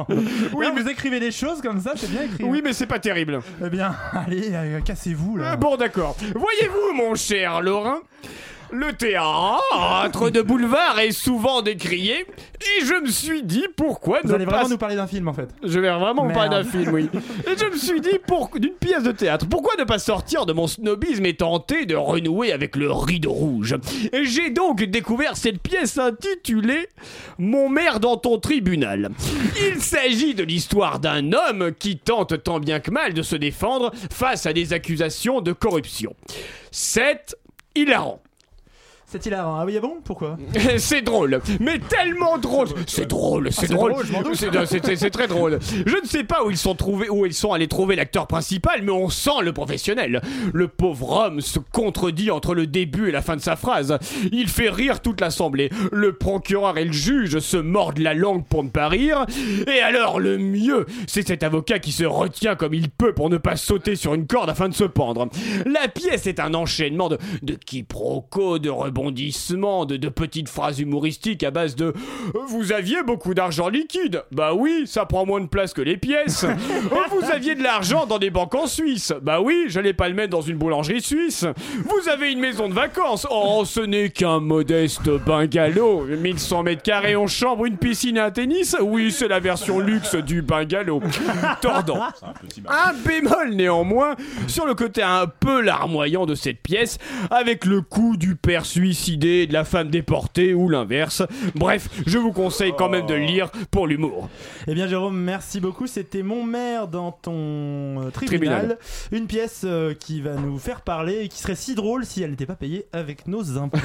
H: Oui, vous écrivez des choses comme ça, c'est bien écrit. hein.
A: Oui, mais c'est pas terrible.
H: Eh bien, allez, euh, cassez-vous là.
A: Ah, bon, d'accord. Voyez-vous, mon cher Laurent, le théâtre de boulevard est souvent décrié, et je me suis dit pourquoi
H: Vous
A: ne
H: allez vraiment
A: pas-
H: nous parler d'un film en fait.
A: Je vais vraiment
H: Merde.
A: parler d'un film, oui. Et je me suis dit, pour... d'une pièce de théâtre, pourquoi ne pas sortir de mon snobisme et tenter de renouer avec le rideau rouge Et J'ai donc découvert cette pièce intitulée Mon maire dans ton tribunal. Il s'agit de l'histoire d'un homme qui tente tant bien que mal de se défendre face à des accusations de corruption. C'est hilarant.
H: C'est hilarant. Ah oui, ah bon Pourquoi
A: C'est drôle, mais tellement drôle. C'est drôle, c'est
H: c'est
A: drôle.
H: drôle, je m'en doute.
A: C'est c'est- c'est- c'est très drôle. Je ne sais pas où ils sont trouvés, où ils sont allés trouver l'acteur principal, mais on sent le professionnel. Le pauvre homme se contredit entre le début et la fin de sa phrase. Il fait rire toute l'assemblée. Le procureur et le juge se mordent la langue pour ne pas rire. Et alors le mieux, c'est cet avocat qui se retient comme il peut pour ne pas sauter sur une corde afin de se pendre. La pièce est un enchaînement de, de quiproquos, de, re- rebondissements, de, de petites phrases humoristiques à base de Vous aviez beaucoup d'argent liquide Bah oui, ça prend moins de place que les pièces. Oh, Vous aviez de l'argent dans des banques en Suisse Bah oui, j'allais pas le mettre dans une boulangerie suisse. Vous avez une maison de vacances Oh, ce n'est qu'un modeste bungalow. 1100 mètres carrés, on chambre, une piscine et un tennis Oui, c'est la version luxe du bungalow. Tordant. Un bémol néanmoins sur le côté un peu larmoyant de cette pièce, avec le coup du père suicidé et de la femme déportée ou l'inverse. Bref, je vous conseille quand même de le lire pour l'humour.
H: Eh bien, Jérôme, merci beaucoup. C'était Mon maire dans ton euh, tribunal.
A: Tribunal.
H: Une pièce euh, qui va nous faire parler et qui serait si drôle si elle n'était pas payée avec nos impôts.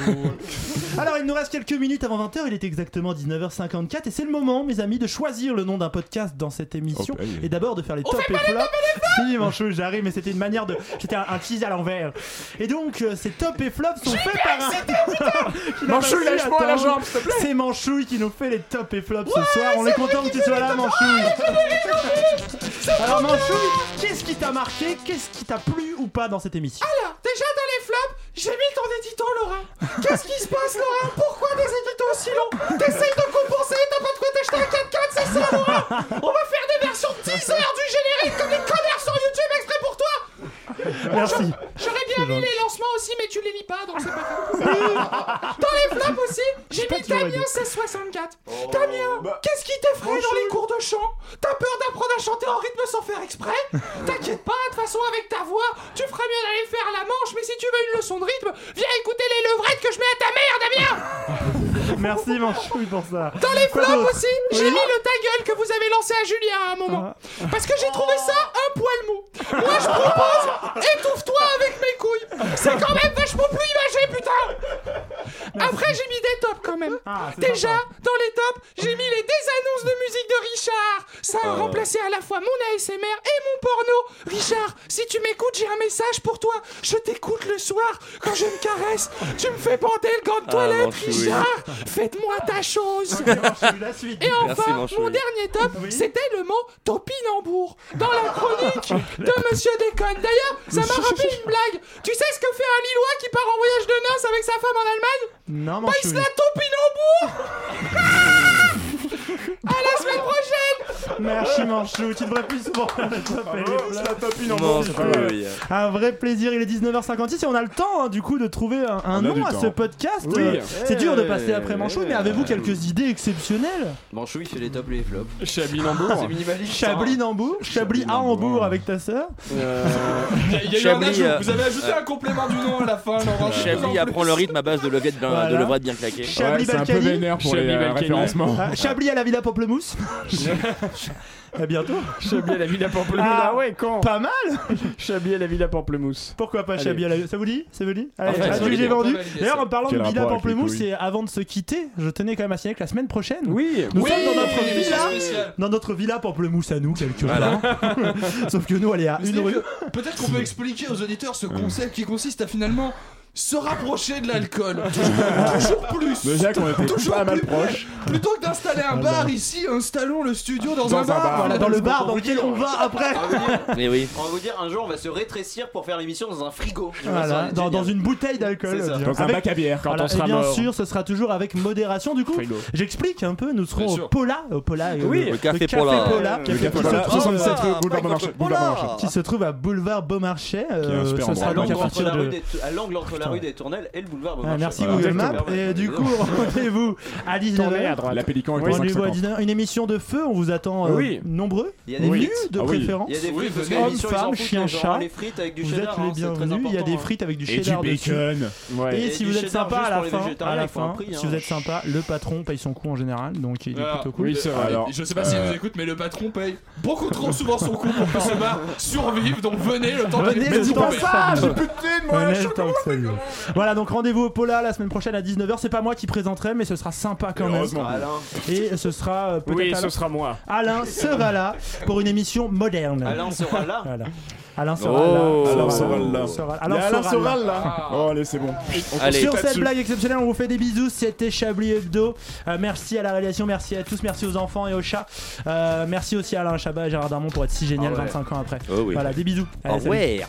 H: Alors, il nous reste quelques minutes avant 20h. Il est exactement 19h54 et c'est le moment, mes amis, de choisir le nom d'un podcast dans cette émission
T: Oh, putain.
H: et d'abord de faire les top et flop. Si, Manchot, j'arrive, mais c'était une manière de. C'était un, un tease à l'envers. Et donc, euh, ces top et flop sont faits par un. Qui n'a pas
U: Manchouille,
H: su
U: lâche-moi la
H: attendre.
U: jambe, s'il te plaît.
H: C'est Manchouille qui nous fait les top et flops
U: Ouais,
H: ce soir. On
U: c'est
H: est
U: lui
H: content que
U: qui
H: tu
U: fait
H: sois
U: les
A: Ah,
H: là,
U: top-
H: Manchouille. Alors,
U: Manchouille
H: Manchouille, qu'est-ce qui t'a marqué Qu'est-ce qui t'a plu ou pas dans cette émission
U: Alors, déjà dans les flops, j'ai mis ton édito, Laura. Qu'est-ce qui se passe, Laura Pourquoi des éditos aussi longs T'essayes de compenser, t'as pas de quoi t'acheter un 4 4 c'est ça, Laura On va faire des versions teaser du générique comme les connards sur YouTube exprès pour toi
H: Merci.
U: J'aurais
H: C'est
U: bien mis
H: gentil.
U: les lancements aussi, mais tu les lis pas, donc c'est pas grave. Dans les flops aussi, j'ai mis
H: toujours aimé.
U: Damien 1664. Damien, qu'est-ce qui t'effraie dans les cours de chant T'as peur d'apprendre à chanter en rythme sans faire exprès T'inquiète pas, de toute façon, avec ta voix, tu ferais mieux d'aller faire la manche, mais si tu veux une leçon de rythme, viens écouter les levrettes que je mets à ta mère, Damien
H: Merci, Manchouille, pour ça.
U: dans les
H: Quoi
U: flops
H: d'autre
U: aussi,
H: Oui.
U: j'ai mis le ta gueule que vous avez lancé à Julien à un moment. Parce que j'ai trouvé ça un poil mou. Moi je propose, étouffe-toi avec mes couilles. C'est quand même vachement plus imagé, putain. Après j'ai mis des tops quand même.
E: Ah,
H: c'est
U: Déjà, dans les tops, j'ai mis les désannonces de musique de Richard. Ça a
H: Euh.
U: remplacé à la fois mon ASMR et mon porno. Richard, si tu m'écoutes, j'ai un message pour toi. Je t'écoute le soir quand je me caresse. Tu me fais bander le gant de
I: Ah,
U: toilette,
I: Manchouille.
U: Richard. Faites-moi ta chose. Et
I: Merci,
U: enfin,
I: Manchouille.
U: mon dernier top, c'était le mot topinambour dans la chronique de Monsieur Déconne. D'ailleurs, ça m'a rappelé une blague. Tu sais ce que fait un Lillois qui part en voyage de noces avec sa femme en Allemagne
H: Non,
U: Bah, il se
H: Manchouille.
U: la topinambour À la semaine prochaine
H: Merci Manchou, tu devrais plus souvent faire le top et les flops.
I: Manchouille.
H: Un vrai plaisir, il est 19h56 et on a le temps hein, du coup de trouver un, un
I: On a du
H: nom à
I: temps.
H: ce podcast.
I: Oui.
H: Euh, C'est
I: Eh,
H: dur de passer après Manchou,
I: eh,
H: mais avez-vous quelques idées exceptionnelles
C: Manchouille fait les tops et les flops.
V: Chablis
C: C'est minimaliste. hein.
H: Chablis Nambour Chablis à Hambourg avec ta sœur
C: Euh,
I: Il y a eu un Euh, Chablis, ajout. euh, Vous avez
H: ajouté un
I: complément
U: du nom à la fin, Laurent.
I: Chablis apprend le rythme à base de levrette bien,
H: Voilà.
I: de levrette bien claquée.
H: Chablis Balkany
A: euh,
I: Chablis Balkany.
H: Ah, Chablis à la Villa Pamplemousse À bientôt
A: Chablis à la Villa Pamplemousse.
H: Ah
A: Ah ouais, quand
H: Pas mal
A: Chablis à la Villa Pamplemousse.
H: Pourquoi pas
A: Allez.
H: Chablis à la... Ah, Ça vous dit Ça vous dit Allez,
A: Enfin,
H: adieu,
A: validé.
H: j'ai vendu.
A: Validé, ça.
H: D'ailleurs, en parlant
A: Quel
H: de Villa
A: rapport avec les
H: Pamplemousse,
A: couilles
H: et avant de se quitter, je tenais quand même à signaler que la semaine prochaine, oui, nous
A: Oui,
H: sommes dans notre
A: émission
H: villa,
A: spéciale.
H: dans notre villa Pamplemousse à nous, quelque
J: Voilà.
H: part. Sauf que nous, elle est à une
J: C'est-à-dire
H: rue.
J: que Peut-être qu'on peut expliquer aux auditeurs ce concept qui consiste à finalement se rapprocher de l'alcool. Toujours- Toujours plus.
L: Déjà qu'on était
J: Toujours
L: pas mal
J: plus
L: proche.
J: Plutôt que d'installer un bar ici, installons le studio dans,
L: Dans
J: un,
L: un
J: bar.
L: bar.
J: voilà,
L: Dans le bar
J: pour
L: dans
J: vous
L: lequel
J: dire.
L: on
A: hein.
C: Ah,
L: va après.
A: Ah
C: Mais
I: oui.
C: On va vous dire, un jour, on va se rétrécir pour faire l'émission dans un frigo.
H: Voilà, dans, dans une bouteille d'alcool.
C: C'est ça.
H: bien.
C: Dans un bac à bière, quand
H: Voilà,
C: on sera
H: Et bien
C: mort.
H: sûr, ce sera toujours avec modération. Du coup,
C: Frigo.
H: j'explique un peu. Nous serons
C: Bien
H: au
C: sûr.
H: Pola. Au Pola euh,
C: Oui, le café Pola. Le
H: qui se
C: café Pola,
H: trouve-
C: 67
H: Pola.
C: rue Boulevard Beaumarchais. Boulevard Beaumarchais.
H: Qui se trouve à Boulevard Beaumarchais. euh,
C: Ce
H: Ce sera donc à partir de.
C: à l'angle entre la rue des Tournelles et le boulevard.
H: Ah,
C: Beaumarchais.
H: merci
C: Voilà.
H: Google
C: Exactement.
H: Maps. Et du coup, rendez-vous à 19h.
L: La pélican est
H: Rendez-vous à
L: 5,50.
H: 19h. Une émission de feu, on vous attend euh,
L: Oui.
H: nombreux,
L: Il y a des
H: nus
L: frites.
H: de
L: Ah oui.
H: préférence,
L: Il y a des frites, parce que
H: hommes,
L: l'émission, ils en
H: femmes,
L: foutent,
H: chiens,
L: les gens,
H: chats.
L: les frites avec du
H: vous êtes
L: cheddar, hein,
H: les
L: c'est très
H: bienvenus. Il y a des
L: important,
H: frites avec du
L: hein. Et du
H: cheddar dessus.
L: bacon. Ouais.
H: Et,
L: Et
H: si
L: du
H: vous êtes
L: cheddar
H: sympa
L: juste
H: à la
L: pour les
H: fin,
L: végétariens,
H: à la
L: il faut un
H: fin,
L: prix,
H: si
L: hein.
H: vous êtes sympa, le patron paye son coup en général, donc il est
J: Ah,
H: plutôt cool. euh,
J: Alors, je sais pas si
L: euh,
J: vous écoute, mais le patron paye beaucoup trop souvent son coup pour que ce bar survive. Donc venez le temps qu'il
H: Venez le
J: est
H: temps que ça
J: Ah, j'ai
H: dure.
J: plus de thé, moi,
H: Venez
J: je
H: le temps que ça dure. Voilà, donc rendez-vous au Pola la semaine prochaine à 19h. C'est pas moi qui présenterai, mais ce sera sympa quand même.
A: Heureusement. Alain.
H: Et ce sera euh, peut-être.
A: Oui,
H: Alain-
A: ce sera moi.
H: Alain sera là pour une émission moderne.
A: Alain sera là
H: Voilà. Alain sera
L: Oh,
H: là.
L: Alain Soral là.
H: Sera-
L: Il y a Alain Soral
H: là.
L: là. Oh, allez, c'est bon. On continue
H: Sur cette
L: là-dessus.
H: blague exceptionnelle, on vous fait des bisous. C'était Chablis Hebdo. Euh, merci à la réalisation, merci à tous, merci aux enfants et aux chats. Euh, merci aussi à Alain Chabat et Gérard Darmon pour être si génial
C: Ah ouais.
H: 25 ans après.
C: Oh oui.
H: Voilà, des bisous.
C: Au
H: salut.
C: revoir.